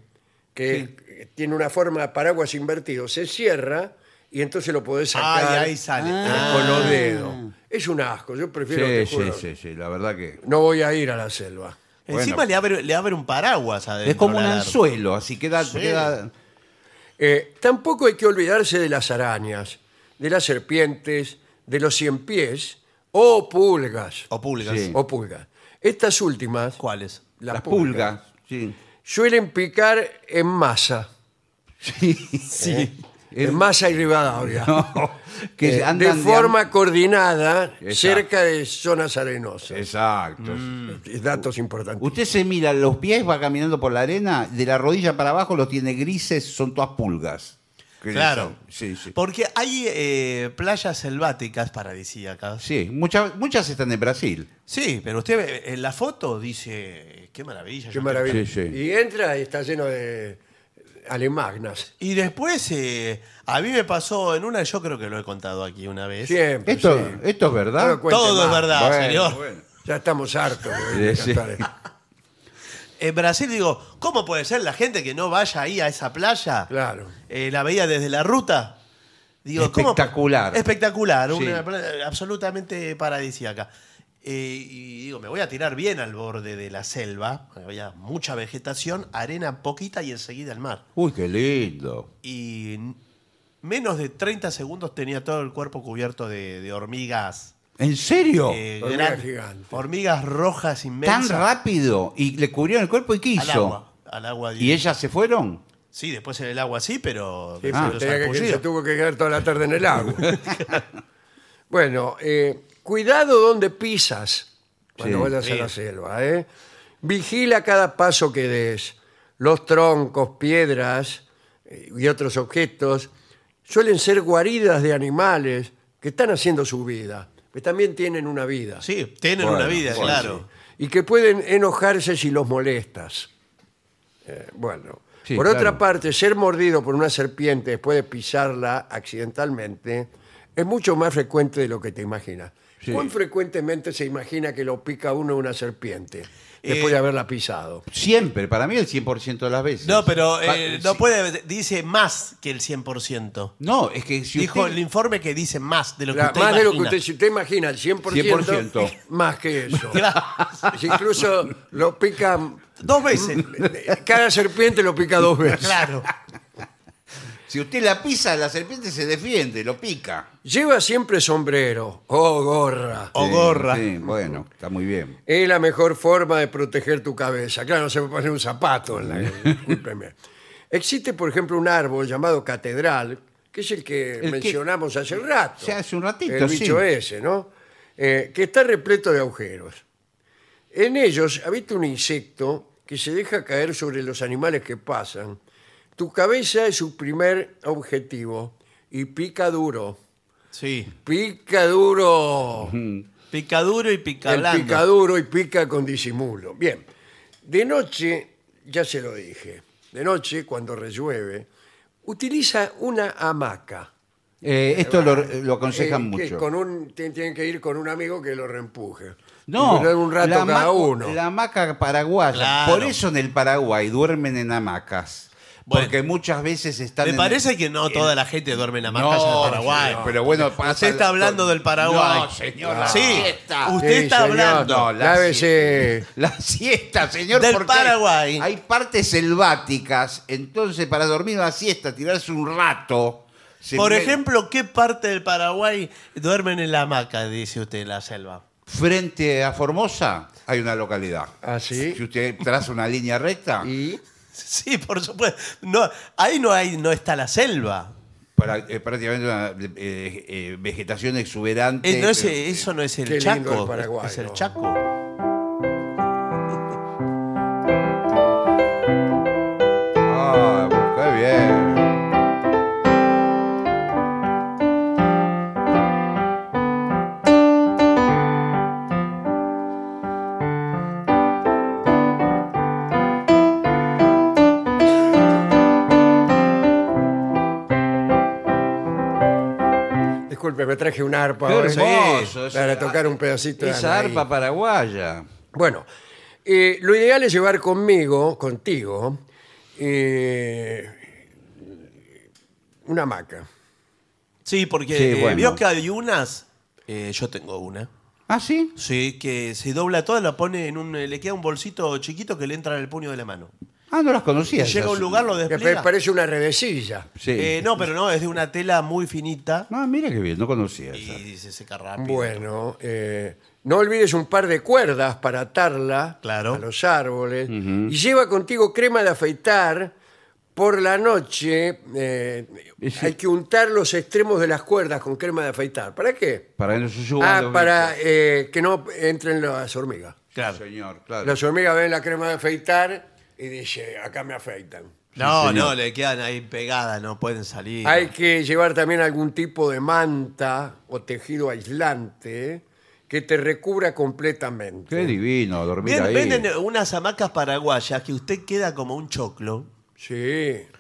S1: que tiene una forma de paraguas invertido, se cierra y entonces lo podés
S3: Ay,
S1: sacar
S3: ahí sale.
S1: eh, con los dedos. Es un asco, yo prefiero, te
S2: Ah. Sí, sí,
S1: juro,
S2: sí, sí, la verdad que...
S1: no voy a ir a la selva.
S3: Encima
S2: Bueno.
S3: le, abre, le abre un paraguas adentro.
S2: Es como un
S3: la larva.
S2: anzuelo, así queda... queda...
S1: Eh, tampoco hay que olvidarse de las arañas, de las serpientes, de los cien pies o pulgas.
S3: O pulgas.
S2: Oh, Sí.
S1: O pulgas. Estas últimas,
S3: ¿Cuáles?
S1: las,
S2: las
S1: pulgas,
S2: pulgas. Sí.
S1: suelen picar en masa.
S3: Sí.
S1: En masa y Rivadavia.
S2: que
S1: Eh, de
S2: andan de
S1: forma coordinada
S2: Exacto.
S1: cerca de zonas arenosas. Eh,
S2: Exacto.
S1: Mm. Datos importantes.
S2: Usted se mira los pies, va caminando por la arena, de la rodilla para abajo los tiene grises, son todas pulgas. Que
S3: Claro.
S2: son- Sí, sí.
S3: Porque hay eh, playas selváticas paradisíacas.
S2: Sí, muchas, muchas están en Brasil.
S3: Sí, pero usted ve- en la foto dice, qué maravilla.
S1: Qué
S3: yo
S1: maravilla.
S2: Sí, sí.
S1: Y entra y está lleno de alemagnas.
S3: Y después, eh, a mí me pasó en una, yo creo que lo he contado aquí una vez.
S1: Siempre.
S2: Esto,
S1: sí.
S2: esto es verdad.
S1: No lo cuente
S3: Todo es
S1: más.
S3: verdad,
S2: Bueno,
S3: señor.
S1: Ya estamos hartos. de
S2: Sí, sí.
S1: cantar.
S3: En Brasil digo, ¿cómo puede ser la gente que no vaya ahí a esa playa?
S1: Claro.
S3: Eh, la veía desde la ruta. Digo, ¿cómo-
S2: Espectacular.
S3: Espectacular,
S2: Sí.
S3: una playa absolutamente paradisíaca. Eh, y digo, me voy a tirar bien al borde de la selva. Había mucha vegetación, arena poquita y enseguida el mar.
S2: Uy, qué lindo.
S3: Y n- menos de 30 segundos tenía todo el cuerpo cubierto de, de hormigas.
S2: ¿En serio?
S3: eh,
S1: hormigas
S3: gran-
S1: gigantes.
S3: hormigas rojas
S2: Tan
S3: inmensas.
S2: rápido. Y le cubrieron el cuerpo y qué
S3: Al
S2: hizo.
S3: agua. Al agua
S2: ¿Y ellas se fueron?
S3: Sí, después en el agua sí, pero.
S1: Sí,
S3: pero
S1: pero tenía que-
S3: sarpullido.
S1: se tuvo que quedar toda la tarde en el agua. bueno, eh, cuidado donde pisas cuando
S2: Sí.
S1: vayas a la
S3: Sí.
S1: selva. ¿eh? Vigila cada paso que des. Los troncos, piedras eh, y otros objetos suelen ser guaridas de animales que están haciendo su vida, que también tienen una vida.
S3: Sí, tienen
S2: Bueno,
S3: una vida,
S2: bueno,
S3: claro.
S1: y que pueden enojarse si los molestas. Eh, bueno,
S2: Sí,
S1: por
S2: claro.
S1: otra parte, ser mordido por una serpiente después de pisarla accidentalmente es mucho más frecuente de lo que te imaginas.
S2: Sí.
S1: ¿Cuán frecuentemente se imagina que lo pica uno una serpiente después
S3: Eh,
S1: de haberla pisado?
S2: Siempre, para mí el 100% de las veces.
S3: No, pero
S2: Pa-
S3: eh,
S2: sí.
S3: no puede. Dice más que el 100%.
S2: No, es que si
S3: Dijo
S2: usted-
S3: el informe que dice más de lo que
S1: La-
S3: usted
S1: más de lo que
S3: imagina.
S1: usted, si usted imagina el 100%,
S2: 100%.
S1: más que eso.
S3: Claro.
S1: Si incluso lo pica, eh,
S3: Dos veces.
S1: cada serpiente lo pica dos veces.
S3: claro.
S2: si usted la pisa, la serpiente se defiende, lo pica.
S1: Lleva siempre sombrero o gorra.
S3: O
S2: Sí,
S3: gorra.
S2: Sí, bueno, está muy bien.
S1: Es la mejor forma de proteger tu cabeza. Claro, no se puede poner un zapato en la discúlpeme. Existe, por ejemplo, un árbol llamado catedral, que es el que
S2: que-
S1: mencionamos hace rato.
S2: Sí, hace un ratito,
S1: El
S2: sí.
S1: bicho ese, ¿no? Eh, que está repleto de agujeros. En ellos habita un insecto que se deja caer sobre los animales que pasan. Tu cabeza es su primer objetivo y pica duro.
S3: Sí.
S1: Pica duro.
S3: Pica duro y pica
S1: El
S3: blando.
S1: picaduro y pica con disimulo. Bien, de noche, ya se lo dije, de noche cuando rellueve, utiliza una hamaca.
S2: Eh, esto lo, lo aconsejan
S1: Eh, que
S2: mucho.
S1: Con un, tien- tienen que ir con un amigo que lo reempuje.
S2: No,
S1: Y durar un rato
S2: la
S1: cada
S2: hamaca-
S1: uno.
S2: La hamaca paraguaya.
S3: Claro.
S2: Por eso en el Paraguay duermen en hamacas.
S3: Bueno.
S2: porque muchas veces están.
S3: Me
S2: en-
S3: parece que no toda la gente duerme en hamacas en
S2: No,
S3: el Paraguay.
S2: señor, pero bueno, pasa
S3: Usted está
S2: la-
S3: hablando del Paraguay. Ah.
S2: No, señor, la
S3: Sí.
S2: siesta.
S3: Usted
S1: Sí,
S3: está
S1: señor.
S3: hablando.
S2: No, la
S1: Lávese.
S2: La siesta, señor.
S3: Del
S2: porque hay-
S3: Paraguay.
S2: Hay, partes selváticas, entonces para dormir una siesta, tirarse un rato. se
S3: Por
S2: me-
S3: ejemplo, ¿qué parte del Paraguay duermen en la hamaca, dice usted, en la selva?
S2: Frente a Formosa hay una localidad.
S1: Ah, ¿sí?
S2: Si usted traza una línea recta,
S1: Y
S3: Sí, por supuesto. No, ahí no, hay, no está la selva.
S2: para- eh, prácticamente una eh, eh, vegetación exuberante.
S3: Eh, no es-
S2: pero-
S3: eso no es el
S1: Qué lindo
S3: Chaco.
S1: el Paraguay,
S3: es el
S1: ¿no?
S3: Chaco.
S2: Ah, qué bien.
S1: disculpe, me traje un arpa
S2: Qué
S1: hoy
S2: hermoso, es-
S1: para tocar un pedacito de
S2: Esa
S1: Anaí.
S2: arpa paraguaya.
S1: Bueno, eh, lo ideal es llevar conmigo, contigo, eh, una hamaca.
S3: Sí, porque
S2: Sí,
S3: eh,
S2: bueno.
S3: vio que hay unas. eh, yo tengo una.
S2: ¿Ah, sí?
S3: Sí, que se dobla toda, la pone en un. eh, Le queda un bolsito chiquito que le entra en el puño de la mano.
S2: Ah, no las conocía.
S3: Y llega a
S2: esas.
S3: un lugar, lo
S1: Que
S3: despliega.
S1: pa- parece una redecilla.
S2: Sí.
S3: Eh, no, pero no, es de una tela muy finita
S2: Ah, mira qué bien, no conocía esa.
S3: y se seca rápido.
S1: Bueno, eh, no olvides un par de cuerdas para atarla
S3: Claro.
S1: a los árboles. Y lleva contigo crema de afeitar. Por la noche eh,
S2: Y sí.
S1: hay que untar los extremos de las cuerdas con crema de afeitar. ¿Para qué?
S2: Para que no se suban
S1: Ah,
S2: los
S1: para
S2: bichos.
S1: eh, que no entren las hormigas.
S3: Claro.
S2: Señor, claro.
S1: Las hormigas ven la crema de afeitar y dice, acá me afeitan.
S3: No,
S2: señor.
S3: no, le quedan ahí pegadas, no pueden salir.
S1: Hay que llevar también algún tipo de manta o tejido aislante que te recubra completamente.
S2: Qué divino dormir
S3: Bien,
S2: ahí.
S3: venden unas hamacas paraguayas que usted queda como un choclo.
S1: Sí,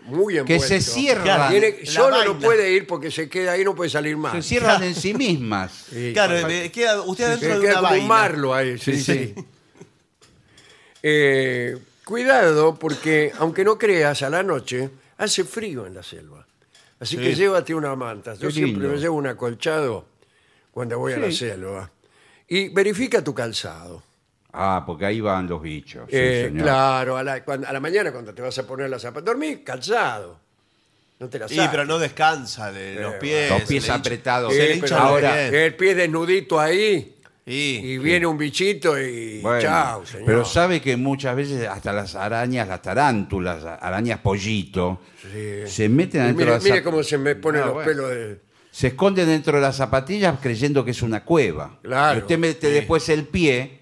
S1: muy envuelto.
S2: Que se cierran.
S1: Tiene-
S3: La
S1: solo no
S3: vaina.
S1: puede ir porque se queda ahí, no puede salir más.
S2: Se cierran en sí mismas.
S1: Sí,
S3: claro,
S1: papá.
S3: eh, queda usted
S1: Se
S3: dentro de
S1: queda
S3: una
S1: como un
S3: vaina.
S1: marlo ahí, sí, sí. Eh, cuidado, porque aunque no creas, a la noche hace frío en la selva. Así que llévate una manta. Yo
S2: Qué
S1: siempre
S2: lindo.
S1: me llevo un acolchado cuando voy a la selva. Y verifica tu calzado.
S2: Ah, porque ahí van los bichos. sí,
S1: Eh,
S2: señor.
S1: claro, a la, cuando- a la mañana cuando te vas a poner la zapatos, dormí calzado. No te la
S3: Sí,
S1: saques.
S3: pero no descansa de los
S1: Eh,
S3: pies.
S2: Los pies
S3: se le hincha-
S2: apretados.
S3: Se le
S1: Sí,
S3: hincha
S1: Eh, pero
S3: los
S2: ahora-
S3: pies.
S1: el pie desnudito ahí
S3: Sí.
S1: y viene un bichito y
S2: Bueno,
S1: chao, señor.
S2: Pero sabe que muchas veces hasta las arañas, las tarántulas, arañas pollito, se meten
S1: Y
S2: dentro de
S1: Mire,
S2: las
S1: mire
S2: zap-
S1: cómo se me ponen
S2: Ah,
S1: los
S2: bueno.
S1: pelos de...
S2: Se esconden dentro de las zapatillas creyendo que es una cueva.
S1: Claro,
S2: Y usted mete
S3: sí.
S2: después el pie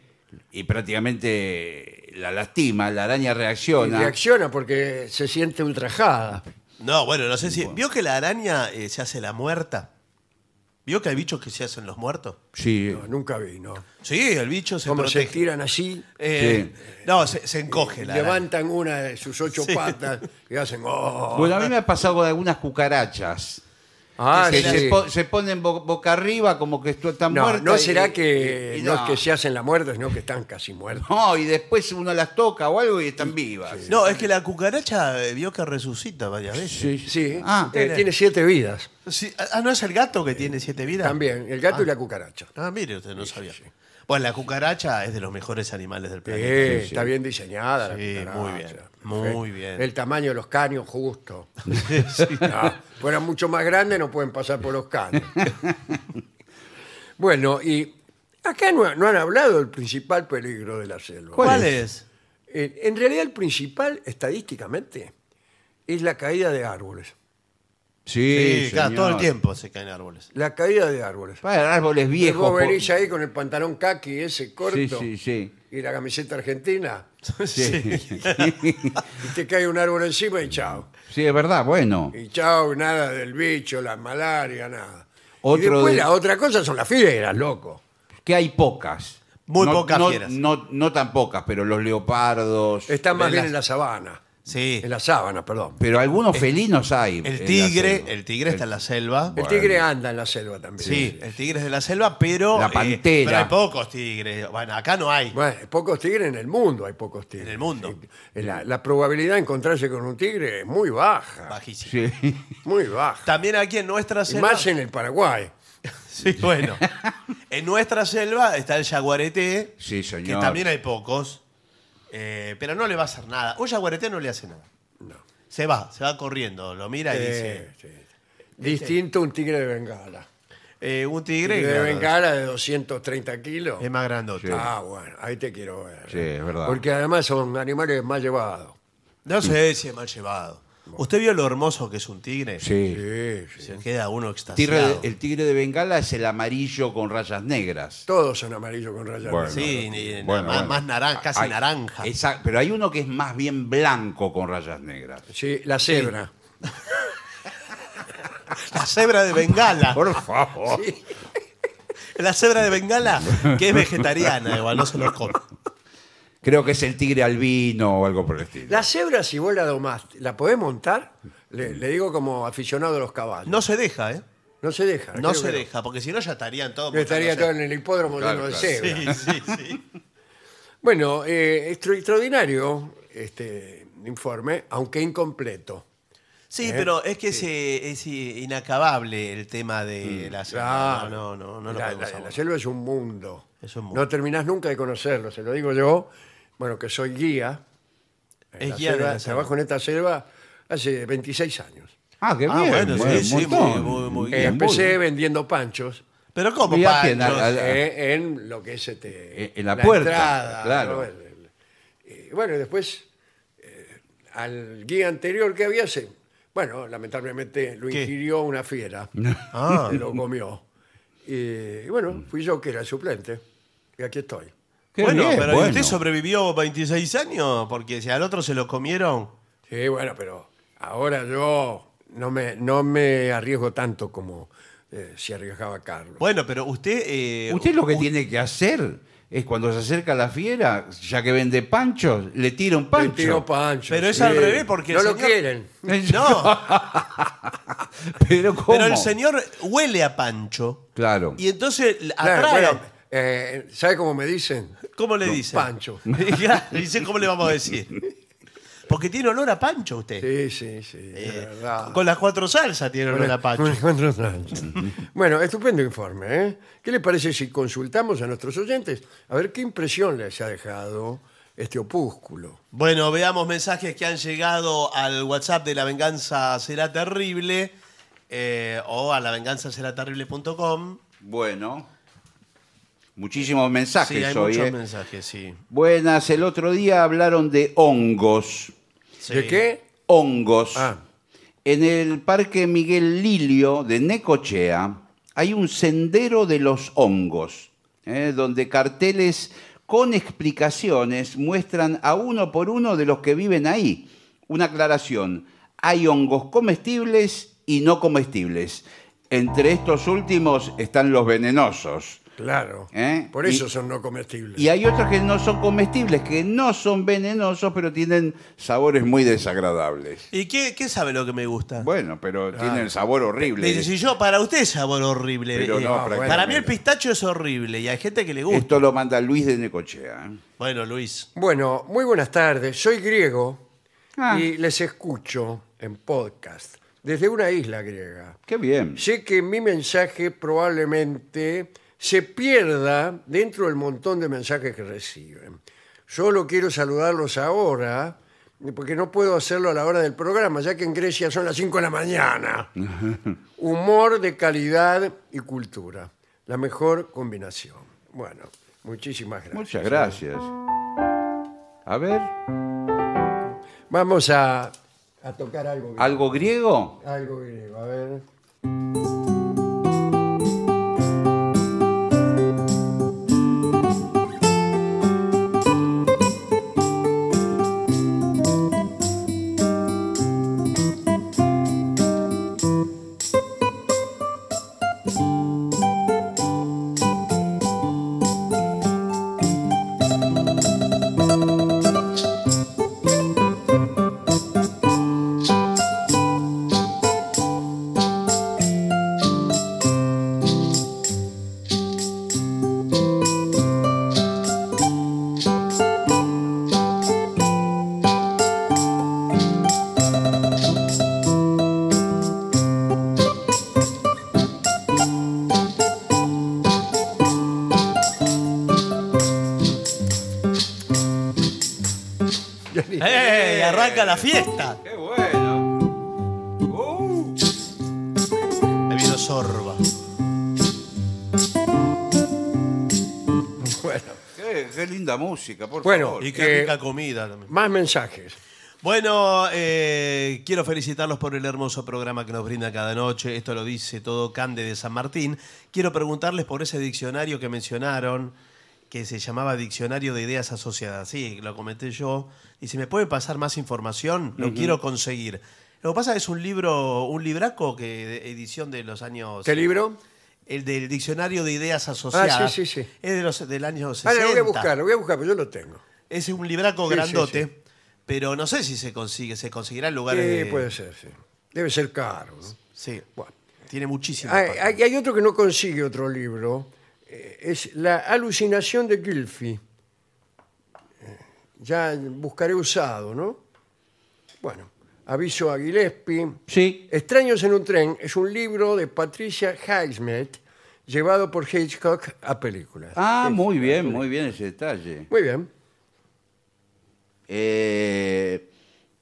S2: y prácticamente la lastima, la araña
S1: Y
S2: reacciona.
S1: reacciona porque se siente ultrajada.
S3: No, bueno, no sé si. ¿Vio que la araña eh, se hace la muerta? ¿Vio que hay bichos que se hacen los muertos?
S2: Sí.
S1: No, nunca vi, ¿no?
S3: Sí, el bicho se
S1: Como se Eh,
S3: protege.
S1: tiran así,
S3: Eh, No, se, se encoge la araña.
S1: levantan una de sus ocho patas y hacen... "Oh".
S2: Bueno, a mí me ha pasado con algunas cucarachas.
S1: Ah,
S2: que
S1: sí.
S2: se, po- se ponen bo- boca arriba como que estu- están
S1: no,
S2: muertas.
S1: no
S2: y-
S1: será que
S2: y- y
S1: no es que se hacen la muerte, sino que están casi muertos.
S2: No, y después uno las toca o algo y están vivas.
S3: No, es que la cucaracha eh, vio que resucita varias veces.
S2: Sí.
S1: Sí,
S2: Ah,
S1: eh, tiene siete vidas
S3: Sí, Ah, no es el gato que tiene siete vidas.
S1: también, el gato y la cucaracha.
S3: Ah, mire, usted no sabía. Bueno, la cucaracha es de los mejores animales del planeta.
S1: Eh, Está bien diseñada. la
S3: Sí,
S1: cucaracha.
S3: muy bien, muy
S1: Eh,
S3: bien.
S1: El tamaño de los caños justo. No, fueran mucho más grandes no pueden pasar por los caños. bueno, y acá no, no han hablado del principal peligro de la selva.
S3: ¿Cuál,
S2: ¿Cuál
S3: es?
S1: Eh, en realidad el principal, estadísticamente, es la caída de árboles.
S2: Sí,
S3: Sí, claro, todo el
S2: señor.
S3: tiempo se caen árboles.
S1: La caída de árboles.
S2: Para árboles viejos.
S1: Vos
S2: po-
S1: venís ahí con el pantalón kaki ese corto
S2: sí, sí.
S1: y la camiseta argentina
S2: Sí.
S1: y te cae un árbol encima y chao.
S2: Sí, es verdad, bueno.
S1: Y chao, nada del bicho, la malaria, nada.
S2: Otro
S1: y después
S2: de-
S1: la otra cosa son las fieras, loco.
S2: Que hay pocas.
S3: Muy
S2: No-
S3: pocas
S2: no,
S3: fieras.
S2: No, no tan pocas, pero los leopardos.
S1: Están más
S3: De
S1: bien
S3: las-
S1: en la sabana.
S3: Sí.
S1: En la sábana, perdón.
S2: Pero algunos felinos hay. en
S3: El
S2: la
S3: tigre,
S2: selva.
S3: el tigre está en la selva.
S1: El tigre anda en la selva también.
S3: Sí, el tigre es de la selva, pero.
S2: La
S3: eh,
S2: pantera.
S3: pero hay pocos tigres. Bueno, acá no hay.
S1: Bueno, hay pocos tigres en el mundo, hay pocos tigres.
S3: En el mundo.
S1: Sí. La, la probabilidad de encontrarse con un tigre es muy baja,
S3: Bajísimo.
S2: Sí.
S1: muy baja.
S3: También aquí en nuestra
S1: Y
S3: selva.
S1: más en el Paraguay.
S3: Sí, bueno. en nuestra selva está el yaguareté.
S2: Sí, señor.
S3: Que también hay pocos. eh, pero no le va a hacer nada. Un yaguareté no le hace nada. Se va, se va corriendo. Lo mira
S1: Eh,
S3: y dice.
S1: Sí, sí. Distinto un tigre de Bengala.
S3: eh, un tigre.
S1: Tigre de
S3: claro,
S1: Bengala de 230 kilos.
S3: Es más grandote.
S1: Ah, bueno, ahí te quiero ver. ¿eh?
S2: Sí, es verdad.
S1: Porque además son animales más llevados.
S3: No sé si es mal llevado. ¿Usted vio lo hermoso que es un tigre?
S2: Sí.
S1: Sí, sí.
S3: Se queda uno
S2: Tigre de-
S3: extasiado.
S2: el tigre de Bengala es el amarillo con rayas negras.
S1: Todos son amarillos con rayas.
S2: Bueno.
S1: negras.
S3: Sí, ni- ni-
S2: Bueno,
S3: más,
S2: bueno.
S3: más naranja, casi
S2: Hay-
S3: naranja.
S2: Exacto, pero hay uno que es más bien blanco con rayas negras.
S1: Sí, la cebra.
S3: La cebra de Bengala.
S2: Por
S3: Oh.
S2: favor.
S3: La cebra de Bengala, que es vegetariana, igual no se los come.
S2: Creo que es el tigre albino o algo por el estilo.
S1: La cebra, si vos la domás, ¿la podés montar? Le, le digo como aficionado a los caballos.
S3: Mm. No se deja, ¿eh?
S1: No se deja.
S3: No
S1: creo
S3: se
S1: que
S3: deja, porque si no ya estarían todos.
S1: Yo estaría todo
S3: montándose.
S1: en el hipódromo lleno
S2: Claro,
S1: de cebra.
S2: claro.
S3: Sí, sí, sí.
S1: Bueno, eh, extra- extraordinario este informe, aunque incompleto.
S3: ¿Eh? Sí, Mm. pero es que Es, es inacabable el tema de la cebra.
S1: Claro.
S3: No, no, no, no lo
S1: la,
S3: podemos
S1: la- la
S3: abordar.
S1: selva es un mundo.
S3: Es un mundo.
S1: No terminás nunca de conocerlo, se lo digo yo. Bueno, que soy guía. en
S3: Es
S1: la
S3: guía de
S1: selva,
S3: la selva.
S1: Trabajo en esta selva hace 26 años.
S2: Ah, qué
S3: Ah,
S2: bien.
S3: bueno,
S2: bueno,
S3: sí,
S2: un
S3: sí,
S2: montón.
S3: muy- muy- muy
S1: Eh,
S3: bien.
S1: empecé vendiendo panchos
S3: Pero ¿cómo,
S2: Mirá quién,
S3: Pancho?
S2: al- al- Claro.
S1: eh, en lo que es este,
S2: Eh, en la puerta,
S1: entrada,
S2: claro.
S1: ¿no? El- el- eh, bueno, y después eh, al guía anterior que había, se, bueno, lamentablemente lo
S3: ¿Qué?
S1: ingirió una fiera.
S3: Ah.
S1: Se lo comió. Y bueno, fui yo que era el suplente. Y aquí estoy.
S2: Qué
S3: bueno,
S2: bien,
S3: pero
S2: bueno.
S3: usted sobrevivió 26 años, porque si al otro se lo comieron.
S1: Sí, bueno, pero ahora yo no me, no me arriesgo tanto como eh, se arriesgaba Carlos.
S3: Bueno, pero usted. eh,
S2: Usted lo que
S3: u-
S2: tiene que hacer es cuando se acerca la fiera, ya que vende panchos, le tira un
S1: Le
S2: pancho.
S1: tiró pancho.
S3: Pero es al revés, porque el
S1: No lo
S3: señor-
S1: quieren.
S3: No,
S2: Pero ¿cómo?
S3: pero el señor huele a Pancho.
S2: Claro.
S3: Y entonces l- atrae.
S1: Claro, bueno, eh, ¿sabe cómo me dicen?
S3: ¿Cómo le dice?
S1: Pancho.
S3: Dice, ¿cómo le vamos a decir? Porque tiene olor a Pancho
S1: Sí,
S3: usted.
S1: sí, sí. de
S3: Eh,
S1: verdad.
S3: con las cuatro salsas tiene olor a Pancho.
S1: Alejandro Sánchez. Bueno, estupendo informe. ¿eh? ¿Qué le parece si consultamos a nuestros oyentes a ver qué impresión les ha dejado este opúsculo?
S3: Bueno, veamos mensajes que han llegado al WhatsApp de La Venganza Será Terrible eh, o a lavenganzaseraterrible.com.
S2: Bueno. Muchísimos mensajes
S3: Sí, hay
S2: hoy.
S3: muchos
S2: ¿eh?
S3: mensajes, sí.
S2: Buenas, el otro día hablaron de hongos.
S3: Sí.
S1: ¿De qué?
S2: Hongos.
S1: Ah.
S2: En el Parque Miguel Lilio de Necochea hay un sendero de los hongos, ¿eh? donde carteles con explicaciones muestran a uno por uno de los que viven ahí. Una aclaración, hay hongos comestibles y no comestibles. Entre estos últimos están los venenosos.
S1: Claro.
S2: ¿Eh?
S1: Por eso
S2: Y-
S1: son no comestibles.
S2: Y hay otros que no son comestibles, que no son venenosos, pero tienen sabores muy desagradables.
S3: ¿Y qué, qué sabe lo que me gusta?
S2: Bueno, pero tienen sabor horrible.
S3: Me dice, si yo, para usted es sabor horrible.
S2: Pero
S3: eh,
S2: no,
S1: prácticamente.
S3: para mí el pistacho es horrible y hay gente que le gusta.
S2: Esto lo manda Luis de Necochea. ¿eh?
S3: Bueno, Luis.
S1: Bueno, muy buenas tardes. Soy griego
S2: Ah.
S1: y les escucho en podcast desde una isla griega.
S2: Qué bien.
S1: Sé que mi mensaje probablemente se pierda dentro del montón de mensajes que reciben. Solo quiero saludarlos ahora, porque no puedo hacerlo a la hora del programa, ya que en Grecia son las 5 de la mañana. Humor de calidad y cultura. La mejor combinación. Bueno, muchísimas gracias.
S2: Muchas gracias. A ver,
S1: Vamos a, a tocar algo. griego.
S2: ¿algo griego?
S1: Algo griego, a ver.
S3: ¡Ey! ¡Eh! Arranca la fiesta.
S2: ¡Qué bueno!
S3: Me vino sorba.
S1: Bueno,
S2: qué, qué linda música, por
S1: Bueno,
S2: favor.
S3: Y qué
S1: Eh,
S3: rica comida también.
S1: más mensajes.
S3: Bueno, eh, quiero felicitarlos por el hermoso programa que nos brinda cada noche. Esto lo dice todo Cande de San Martín. Quiero preguntarles por ese diccionario que mencionaron, que se llamaba Diccionario de Ideas Asociadas. Sí, lo comenté yo. Y si me puede pasar más información, lo quiero conseguir. Lo que pasa es un libro, un libraco que de edición de los años.
S1: ¿Este libro?
S3: El del Diccionario de Ideas Asociadas.
S1: Ah, sí, sí, sí.
S3: Es de los, del año 60.
S1: Ah, lo voy a buscar, lo voy a buscar, pero yo lo tengo.
S3: Es un libraco
S1: Sí,
S3: grandote,
S1: sí,
S3: pero no sé si se consigue, se conseguirá
S1: Sí,
S3: en lugares de-
S1: puede ser, sí. Debe ser caro. ¿no?
S3: Sí.
S1: Bueno.
S3: Tiene muchísimas.
S1: Hay,
S3: páginas.
S1: hay- hay otro que no consigue otro libro. eh, es La alucinación de Gilfi. Eh, Ya buscaré usado, ¿no? Bueno, aviso a Gillespie.
S2: Sí.
S1: Extraños en un tren es un libro de Patricia Highsmith llevado por Hitchcock a películas.
S2: Ah,
S1: Sí.
S2: muy bien, muy bien ese detalle.
S1: Muy bien.
S2: Eh,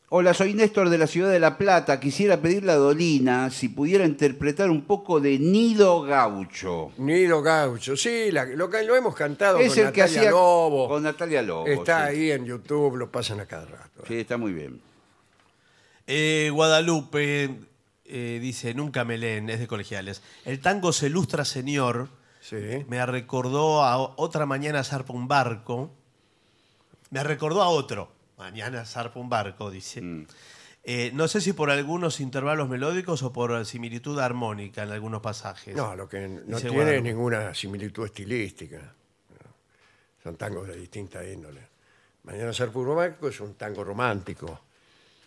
S2: hola, soy Néstor de la ciudad de La Plata. Quisiera pedirle a Dolina si pudiera interpretar un poco de Nido Gaucho.
S1: Nido Gaucho. Sí, la- lo, que- lo hemos cantado
S2: Es
S1: con
S2: el que
S1: Natalia
S2: hacía
S1: Lobo.
S2: con Natalia Lobo.
S1: Está
S2: sí.
S1: ahí en YouTube, lo pasan a cada rato.
S2: Sí, está muy bien.
S3: Eh, Guadalupe eh, dice: Nunca me leen, es de colegiales. El tango se ilustra, señor.
S1: Sí.
S3: Me recordó a o- otra mañana zarpa un barco. Me recordó a otro. Mañana zarpa un barco, dice.
S1: Mm.
S3: Eh, no sé si por algunos intervalos melódicos o por similitud armónica en algunos pasajes.
S1: No, lo que no
S3: Dice
S1: tiene
S3: Guadalupe.
S1: ninguna similitud estilística. son tangos de distinta índole. Mañana ser Barco es un tango romántico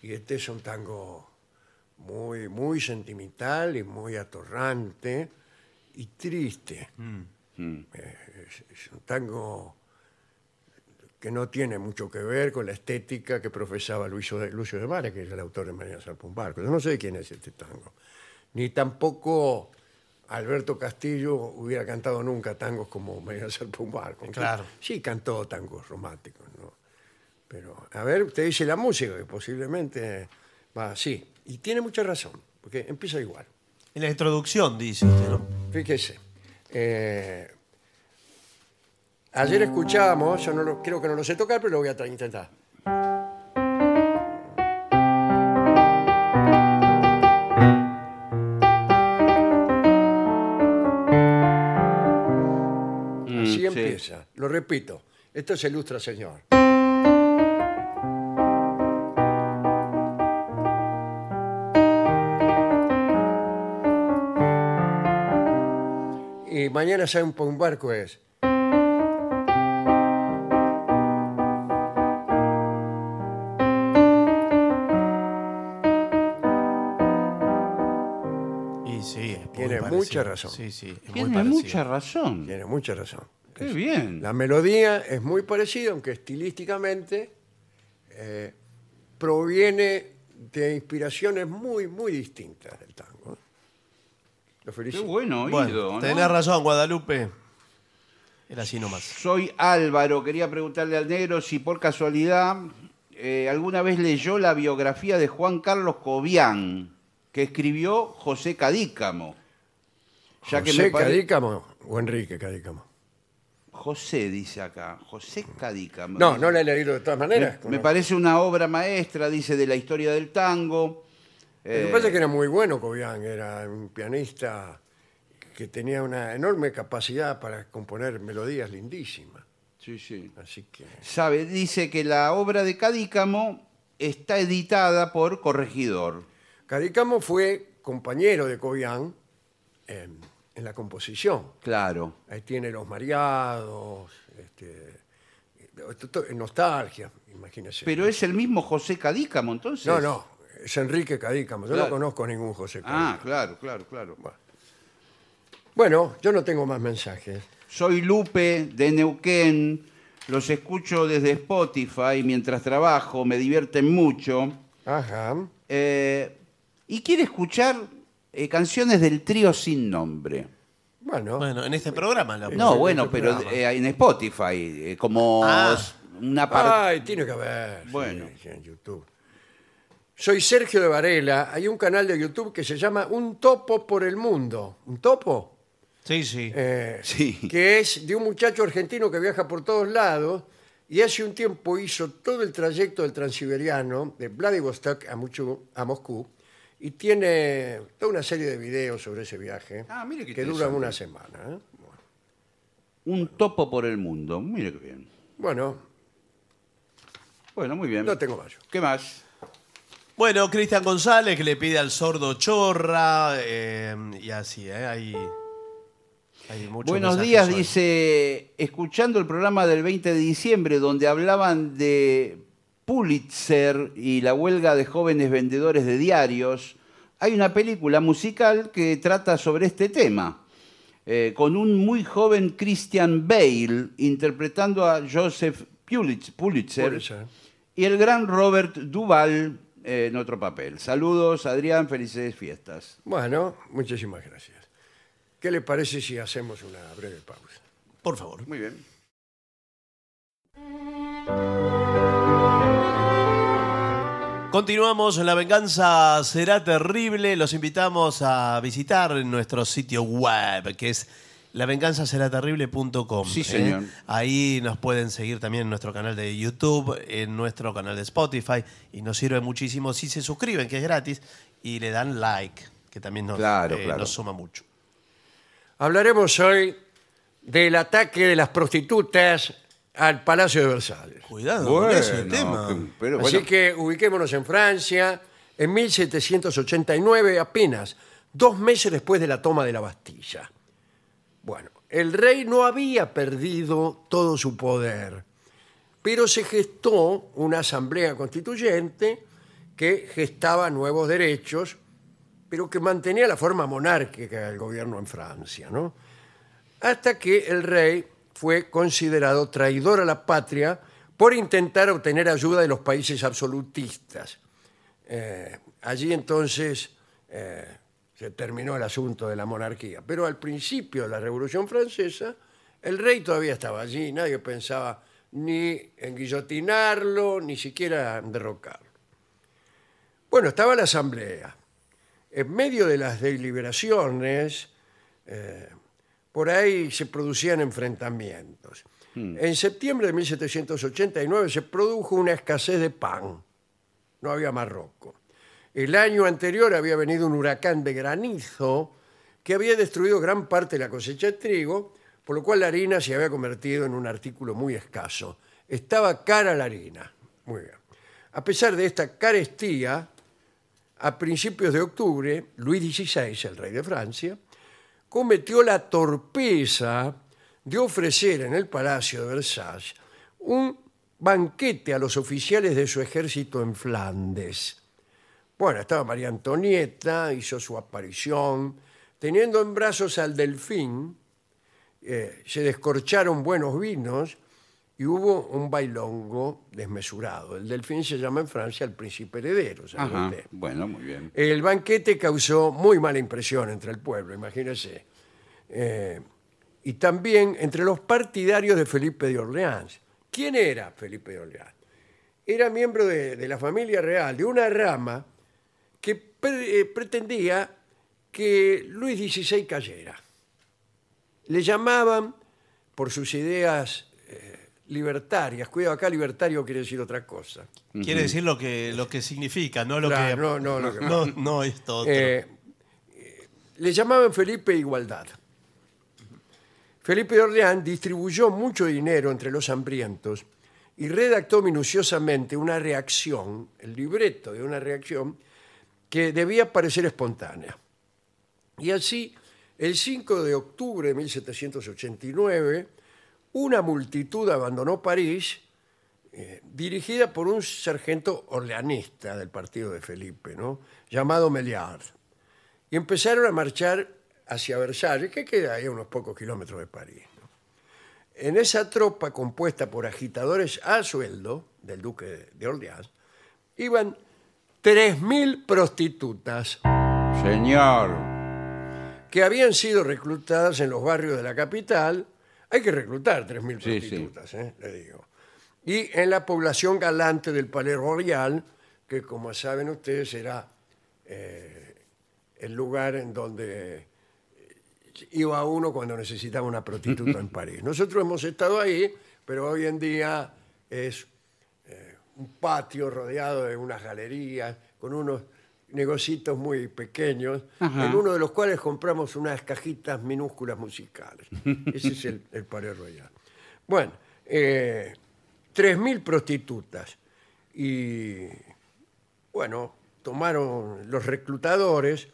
S1: y este es un tango muy, muy sentimental y muy atorrante y triste.
S2: Mm.
S1: Eh, es, es un tango que no tiene mucho que ver con la estética que profesaba Lucio de, Lucio de Mare, que es el autor de Mañana Sarpón Barco. Yo no sé quién es este tango. Ni tampoco Alberto Castillo hubiera cantado nunca tangos como Mañana Sarpón Barco. Aunque
S3: Claro.
S1: Sí, cantó tangos románticos, ¿no? Pero, a ver, usted dice la música, que posiblemente va así. Y tiene mucha razón, porque empieza igual.
S3: En la introducción dice usted, ¿no?
S1: Fíjese. eh, ayer escuchábamos, yo no lo- creo que no lo sé tocar, pero lo voy a tra- intentar.
S2: Mm,
S1: Así
S2: sí.
S1: empieza. Lo repito. Esto es ilustra, señor. Y mañana sale un, un barco es.
S3: Y sí, es muy
S1: Tiene
S3: parecido.
S1: mucha razón.
S3: Sí, sí, es muy
S2: Tiene
S3: parecido.
S2: mucha razón.
S1: Tiene mucha razón.
S2: Qué bien.
S1: La melodía es muy parecida, aunque estilísticamente eh, proviene de inspiraciones muy, muy distintas del tango. Lo
S2: Qué
S1: felicito.
S2: bueno oído.
S3: Bueno,
S2: ¿no?
S3: tenés razón, Guadalupe. Era así nomás.
S2: Soy Álvaro. Quería preguntarle al negro si por casualidad eh, alguna vez leyó la biografía de Juan Carlos Cobian que escribió José Cadícamo. Ya que
S1: José
S2: me pare-
S1: Cadícamo o Enrique Cadícamo.
S2: José dice acá, José Cadícamo.
S1: No, no la he leído de todas maneras.
S2: Me parece una obra maestra, dice, de la historia del tango. Eh,
S1: Lo que pasa es que era muy bueno Cobian, era un pianista que tenía una enorme capacidad para componer melodías lindísimas.
S2: Sí, sí.
S1: Así que.
S2: Sabe, dice que la obra de Cadícamo está editada por Corregidor.
S1: Cadícamo fue compañero de Cobian en- en la composición.
S2: Claro.
S1: Ahí tiene los mareados, este, to- to- nostalgia, imagínese.
S2: Pero es el mismo José Cadícamo, entonces.
S1: no, no, es Enrique Cadícamo. Yo no
S2: Claro.
S1: conozco ningún José Cadícamo.
S2: Ah, claro, claro, claro.
S1: Bueno, yo no tengo más mensajes.
S2: Soy Lupe de Neuquén. Los escucho desde Spotify mientras trabajo. Me divierten mucho.
S1: Ajá.
S2: Eh, y quiere escuchar eh, canciones del trío sin nombre.
S1: Bueno,
S3: Bueno, en este programa la
S2: No,
S1: en
S2: bueno,
S1: este
S2: pero
S1: programa.
S2: eh, en Spotify, eh, como
S3: Ah.
S2: s- una parte.
S1: ay, tiene que haber. sí,
S2: Bueno.
S1: sí, en YouTube. Soy Sergio de Varela. Hay un canal de YouTube que se llama Un Topo por el Mundo. ¿Un topo?
S3: Sí, sí.
S1: eh,
S2: Sí.
S1: que es de un muchacho argentino que viaja por todos lados y hace un tiempo hizo todo el trayecto del transiberiano de Vladivostok a, Muchu- a Moscú y tiene toda una serie de videos sobre ese viaje
S2: Ah, mire qué
S1: que duran
S2: interesante.
S1: una semana. ¿eh?
S2: Un topo por el mundo. Mire qué bien.
S1: Bueno,
S2: Bueno, muy bien.
S1: no tengo más.
S2: ¿Qué más?
S3: Bueno, Cristian González que le pide al sordo chorra eh, y así, ¿eh? Hay, hay muchos
S2: Buenos
S3: mensajes
S2: días,
S3: hoy.
S2: dice, escuchando el programa del 20 de diciembre donde hablaban de Pulitzer y la huelga de jóvenes vendedores de diarios, hay una película musical que trata sobre este tema, eh, con un muy joven Christian Bale interpretando a Joseph Pulitz- Pulitzer,
S1: Pulitzer.
S2: y el gran Robert Duvall eh, en otro papel. Saludos, Adrián, felices fiestas.
S1: Bueno, muchísimas gracias. ¿Qué le parece si hacemos una breve pausa?
S3: Por favor.
S2: Muy bien.
S3: Continuamos, La Venganza será terrible. Los invitamos a visitar nuestro sitio web, que es lavenganzaseraterrible.com.
S2: Sí, señor.
S3: ¿eh? Ahí nos pueden seguir también en nuestro canal de YouTube, en nuestro canal de Spotify, y nos sirve muchísimo si se suscriben, que es gratis, y le dan like, que también nos, eh,
S2: Claro, claro.
S3: nos suma mucho.
S1: Hablaremos hoy del ataque de las prostitutas al Palacio de Versalles.
S3: Cuidado con
S2: Bueno,
S3: ese tema.
S2: que- pero
S1: Así
S2: bueno.
S1: que ubiquémonos en Francia, en 1789, apenas dos meses después de la toma de la Bastilla. Bueno, el rey no había perdido todo su poder, pero se gestó una asamblea constituyente que gestaba nuevos derechos, pero que mantenía la forma monárquica del gobierno en Francia, ¿no? Hasta que el rey fue considerado traidor a la patria por intentar obtener ayuda de los países absolutistas. Eh, allí entonces eh, se terminó el asunto de la monarquía. Pero al principio de la Revolución Francesa, el rey todavía estaba allí, nadie pensaba ni en guillotinarlo, ni siquiera en derrocarlo. Bueno, estaba la asamblea. En medio de las deliberaciones, eh, por ahí se producían enfrentamientos. En septiembre de 1789 se produjo una escasez de pan. No había Marroco. El año anterior había venido un huracán de granizo que había destruido gran parte de la cosecha de trigo, por lo cual la harina se había convertido en un artículo muy escaso. Estaba cara la harina. Muy bien. A pesar de esta carestía, a principios de octubre, Luis XVI, el rey de Francia, cometió la torpeza de ofrecer en el Palacio de Versalles un banquete a los oficiales de su ejército en Flandes. Bueno, estaba María Antonieta, hizo su aparición, teniendo en brazos al delfín, eh, se descorcharon buenos vinos y hubo un bailongo desmesurado. El delfín se llama en Francia el príncipe heredero. ¿sabe
S2: Ajá,
S1: usted?
S2: Bueno, muy bien.
S1: El banquete causó muy mala impresión entre el pueblo, imagínense. y también entre los partidarios de Felipe de Orleans. ¿Quién era Felipe de Orleans? Era miembro de, de la familia real, de una rama que pre- eh, pretendía que Luis XVI cayera. Le llamaban por sus ideas eh, libertarias. Cuidado, acá libertario quiere decir otra cosa.
S3: Quiere decir lo que, lo que significa, no lo
S1: Claro,
S3: que.
S1: no, no, lo que-
S3: no, no esto otro.
S1: Eh, eh, le llamaban Felipe Igualdad. Felipe de Orleán distribuyó mucho dinero entre los hambrientos y redactó minuciosamente una reacción, el libreto de una reacción, que debía parecer espontánea. Y así, el 5 de octubre de 1789, una multitud abandonó París, eh, dirigida por un sargento orleanista del partido de Felipe, ¿no? llamado Meliard. Y empezaron a marchar hacia Versalles, que queda ahí a unos pocos kilómetros de París. ¿no? En esa tropa compuesta por agitadores a sueldo del duque de Orleans, iban 3.000 prostitutas
S2: Señor.
S1: que habían sido reclutadas en los barrios de la capital. Hay que reclutar 3.000
S2: Sí, sí.
S1: prostitutas, eh, le digo. Y en la población galante del Palais Royal, que como saben ustedes era eh, el lugar en donde eh, iba uno cuando necesitaba una prostituta en París. Nosotros hemos estado ahí, pero hoy en día es eh, un patio rodeado de unas galerías con unos negocitos muy pequeños,
S2: Ajá.
S1: en uno de los cuales compramos unas cajitas minúsculas musicales. Ese es el, el Palais Royal. Bueno, eh, 3.000 prostitutas y, bueno, tomaron los reclutadores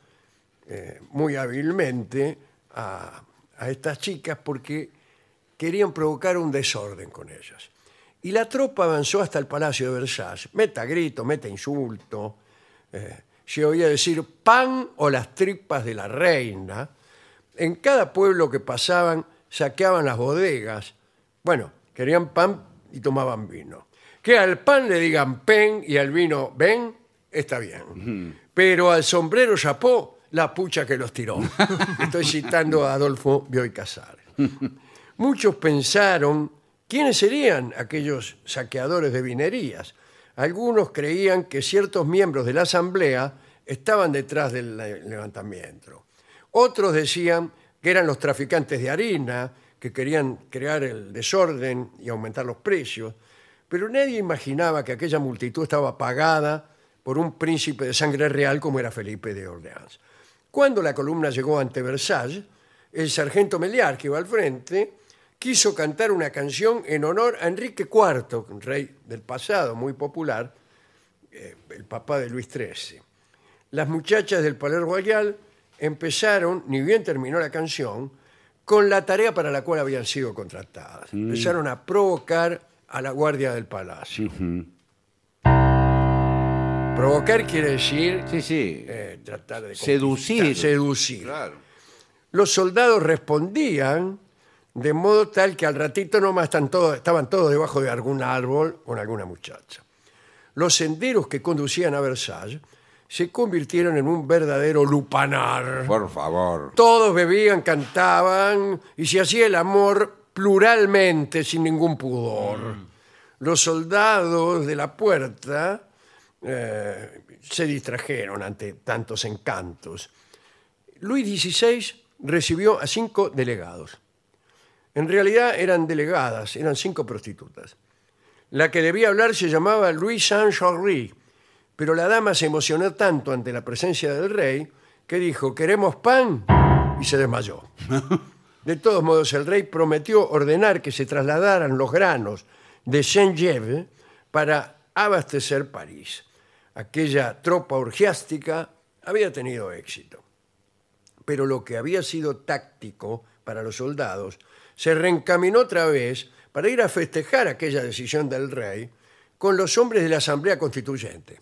S1: eh, muy hábilmente a, a estas chicas porque querían provocar un desorden con ellas. Y la tropa avanzó hasta el Palacio de Versalles. Meta grito, meta insulto. eh, se oía decir pan o las tripas de la reina. En cada pueblo que pasaban saqueaban las bodegas. Bueno, querían pan y tomaban vino. Que al pan le digan pen y al vino ven, está bien. Pero al sombrero chapó, la pucha que los tiró. Estoy citando a Adolfo Bioy Casares. Muchos pensaron quiénes serían aquellos saqueadores de vinerías. Algunos creían que ciertos miembros de la asamblea estaban detrás del le- levantamiento. Otros decían que eran los traficantes de harina, que querían crear el desorden y aumentar los precios. Pero nadie imaginaba que aquella multitud estaba pagada por un príncipe de sangre real como era Felipe de Orleans. Cuando la columna llegó ante Versalles, el sargento Meliar, que iba al frente, quiso cantar una canción en honor a Enrique IV, un rey del pasado muy popular, eh, el papá de Luis XIII. Las muchachas del Palais Royal empezaron, ni bien terminó la canción, con la tarea para la cual habían sido contratadas. Empezaron a provocar a la guardia del palacio. Provocar quiere decir
S2: Sí, sí.
S1: eh, tratar de
S2: Seducir.
S1: conquistar, seducir.
S2: Claro.
S1: Los soldados respondían de modo tal que al ratito nomás están todos, estaban todos debajo de algún árbol con alguna muchacha. Los senderos que conducían a Versalles se convirtieron en un verdadero lupanar.
S2: Por favor.
S1: Todos bebían, cantaban y se hacía el amor pluralmente, sin ningún pudor. Los soldados de la puerta eh, se distrajeron ante tantos encantos. Luis XVI recibió a cinco delegados. En realidad eran delegadas, eran cinco prostitutas. La que debía hablar se llamaba Louis Saint-Jory, pero la dama se emocionó tanto ante la presencia del rey que dijo, queremos pan, y se desmayó. De todos modos, el rey prometió ordenar que se trasladaran los granos de Saint-Geve para abastecer París. Aquella tropa orgiástica había tenido éxito pero lo que había sido táctico para los soldados se reencaminó otra vez para ir a festejar aquella decisión del rey con los hombres de la Asamblea Constituyente.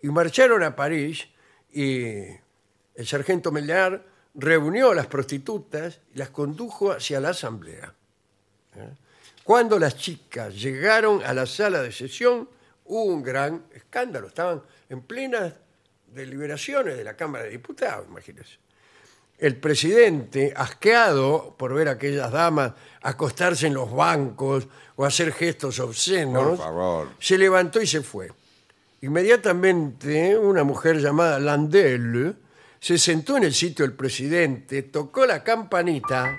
S1: Y marcharon a París y el sargento Mellar reunió a las prostitutas y las condujo hacia la Asamblea. ¿Eh? Cuando las chicas llegaron a la sala de sesión, hubo un gran escándalo. Estaban en plenas deliberaciones de la Cámara de Diputados, imagínense el presidente, asqueado por ver a aquellas damas acostarse en los bancos o hacer gestos
S2: Por
S1: obscenos,
S2: favor.
S1: se levantó y se fue. Inmediatamente, una mujer llamada Landel se sentó en el sitio del presidente, tocó la campanita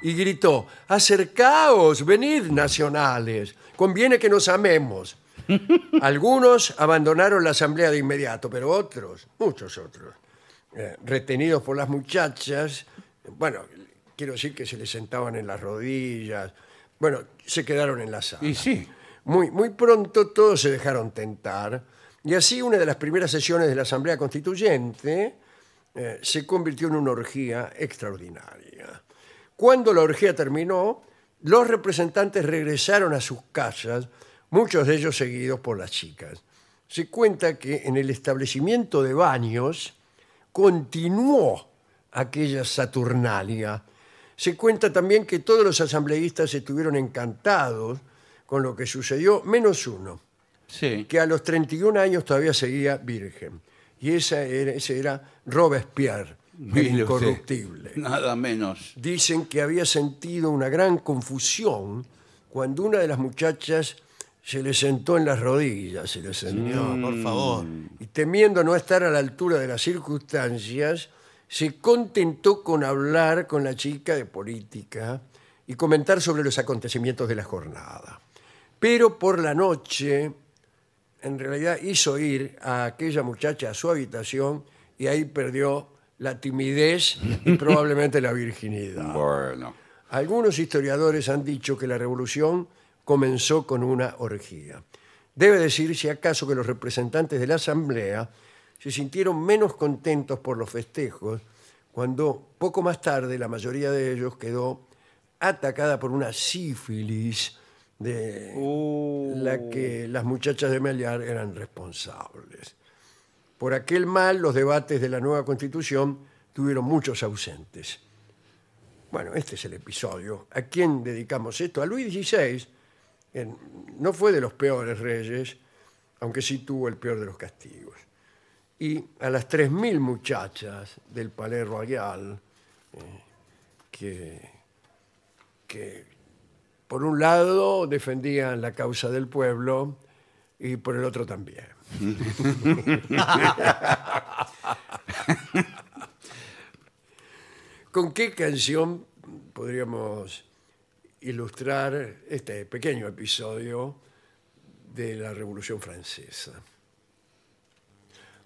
S1: y gritó: Acercaos, venid, nacionales, conviene que nos amemos. Algunos abandonaron la asamblea de inmediato, pero otros, muchos otros, eh, retenidos por las muchachas, bueno, quiero decir que se les sentaban en las rodillas, bueno, se quedaron en la sala.
S2: Y sí.
S1: Muy, muy pronto todos se dejaron tentar y así una de las primeras sesiones de la Asamblea Constituyente eh, se convirtió en una orgía extraordinaria. Cuando la orgía terminó, los representantes regresaron a sus casas, muchos de ellos seguidos por las chicas. Se cuenta que en el establecimiento de baños continuó aquella Saturnalia. Se cuenta también que todos los asambleístas estuvieron encantados con lo que sucedió, menos uno,
S2: Sí.
S1: que a los 31 años todavía seguía virgen. Y esa era, ese era Robespierre, el
S2: Mire usted.
S1: incorruptible.
S2: Nada menos.
S1: Dicen que había sentido una gran confusión cuando una de las muchachas se le sentó en las rodillas, se le sentó
S3: Señor, por favor.
S2: mm.
S1: y temiendo no estar a la altura de las circunstancias, se contentó con hablar con la chica de política y comentar sobre los acontecimientos de la jornada. Pero por la noche, en realidad hizo ir a aquella muchacha a su habitación y ahí perdió la timidez y probablemente la virginidad.
S2: Bueno.
S1: Algunos historiadores han dicho que la revolución comenzó con una orgía. Debe decirse acaso que los representantes de la Asamblea se sintieron menos contentos por los festejos cuando poco más tarde la mayoría de ellos quedó atacada por una sífilis de
S2: Uh,
S1: la que las muchachas de Mellar eran responsables. Por aquel mal, los debates de la nueva constitución tuvieron muchos ausentes. Bueno, este es el episodio. ¿A quién dedicamos esto? A Luis XVI. en- no fue de los peores reyes, aunque sí tuvo el peor de los castigos. Y a las 3.000 muchachas del Palais Royal, eh, que, que por un lado defendían la causa del pueblo y por el otro también. ¿Con qué canción podríamos ilustrar este pequeño episodio de la Revolución Francesa?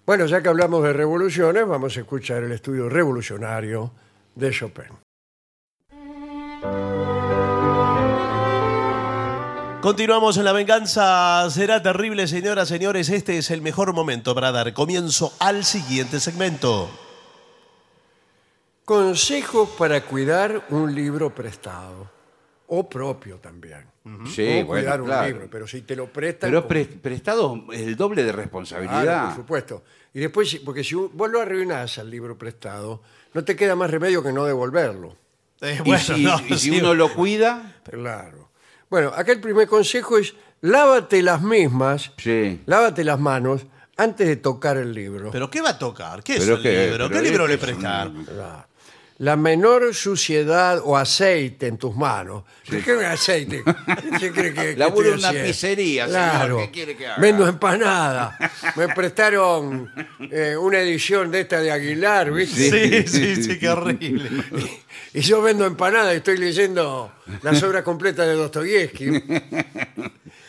S1: Bueno, ya que hablamos de revoluciones, vamos a escuchar el estudio revolucionario de Chopin.
S3: Continuamos en la venganza. Será terrible, señoras, señores. Este es el mejor momento para dar comienzo al siguiente segmento.
S1: Consejos para cuidar un libro prestado. O propio también.
S2: Sí,
S1: O
S2: bueno,
S1: cuidar un
S2: claro.
S1: libro, pero si te lo prestan...
S2: Pero
S1: como-
S2: pre- prestado es el doble de responsabilidad.
S1: Claro, por supuesto. Y después, si- porque si vos lo arruinás al libro prestado, no te queda más remedio que no devolverlo.
S3: Eh,
S2: Y
S3: bueno,
S2: si,
S3: no,
S2: y si
S3: sí.
S2: uno lo cuida,
S1: Claro. Bueno, acá el primer consejo es lávate las mismas,
S2: sí.
S1: lávate las manos antes de tocar el libro.
S3: ¿Pero qué va a tocar? ¿Qué es
S2: Pero
S3: el
S2: qué-
S3: libro?
S2: pero
S3: ¿Qué libro le
S2: este es un-
S3: prestar?
S1: La, la menor suciedad o aceite en tus manos. ¿Qué es un aceite? ¿Qué cree que- que
S2: Laburo en
S1: estoy
S2: una
S1: haciendo?
S2: pizzería, señor,
S1: Claro.
S2: ¿qué quiere que haga?
S1: Vendo empanada. Me prestaron eh, una edición de esta de Aguilar, ¿viste?
S3: Sí, sí, sí, qué horrible.
S1: Y yo vendo empanada y estoy leyendo las obras completas de Dostoyevsky.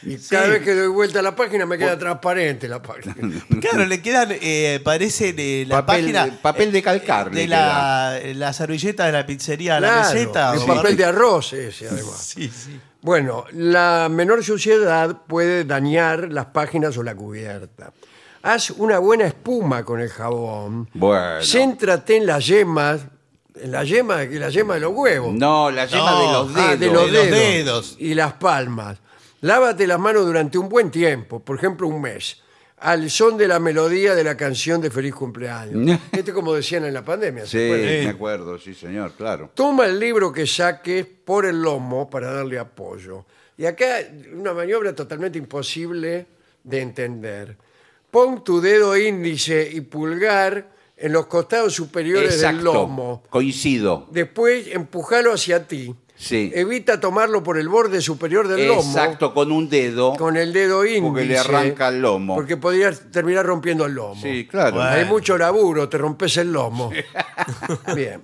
S1: Y cada vez que doy vuelta a la página me queda transparente la página.
S3: Claro, le quedan, eh, parece de la
S2: Papel-
S3: página.
S2: papel de
S3: eh,
S2: calcar le
S3: De la, la servilleta de la pizzería a la
S1: Claro,
S3: meseta.
S1: el
S3: o-
S1: papel de arroz ese, además.
S3: Sí, sí.
S1: Bueno, la menor suciedad puede dañar las páginas o la cubierta. Haz una buena espuma con el jabón.
S2: Bueno.
S1: Céntrate en las yemas, en la yema, en la yema de los huevos.
S2: No, la yema
S3: No,
S2: de los dedos.
S1: Ah, de los
S3: de los
S1: dedos.
S3: dedos.
S1: Y las palmas. Lávate las manos durante un buen tiempo, por ejemplo un mes, al son de la melodía de la canción de Feliz Cumpleaños. Este como decían en la pandemia.
S2: Sí,
S1: ¿se acuerdan?
S2: me acuerdo, sí, señor, claro.
S1: Toma el libro que saques por el lomo para darle apoyo. Y acá una maniobra totalmente imposible de entender. Pon tu dedo índice y pulgar en los costados superiores
S2: Exacto.
S1: del lomo.
S2: Coincido.
S1: Después empujalo hacia ti.
S2: Sí.
S1: Evita tomarlo por el borde superior del
S2: Exacto, con un dedo.
S1: lomo con el dedo índice.
S2: le arranca el lomo.
S1: Porque podrías terminar rompiendo el lomo.
S2: Sí, claro.
S3: Bueno.
S1: Hay mucho laburo, te rompes el lomo. Bien.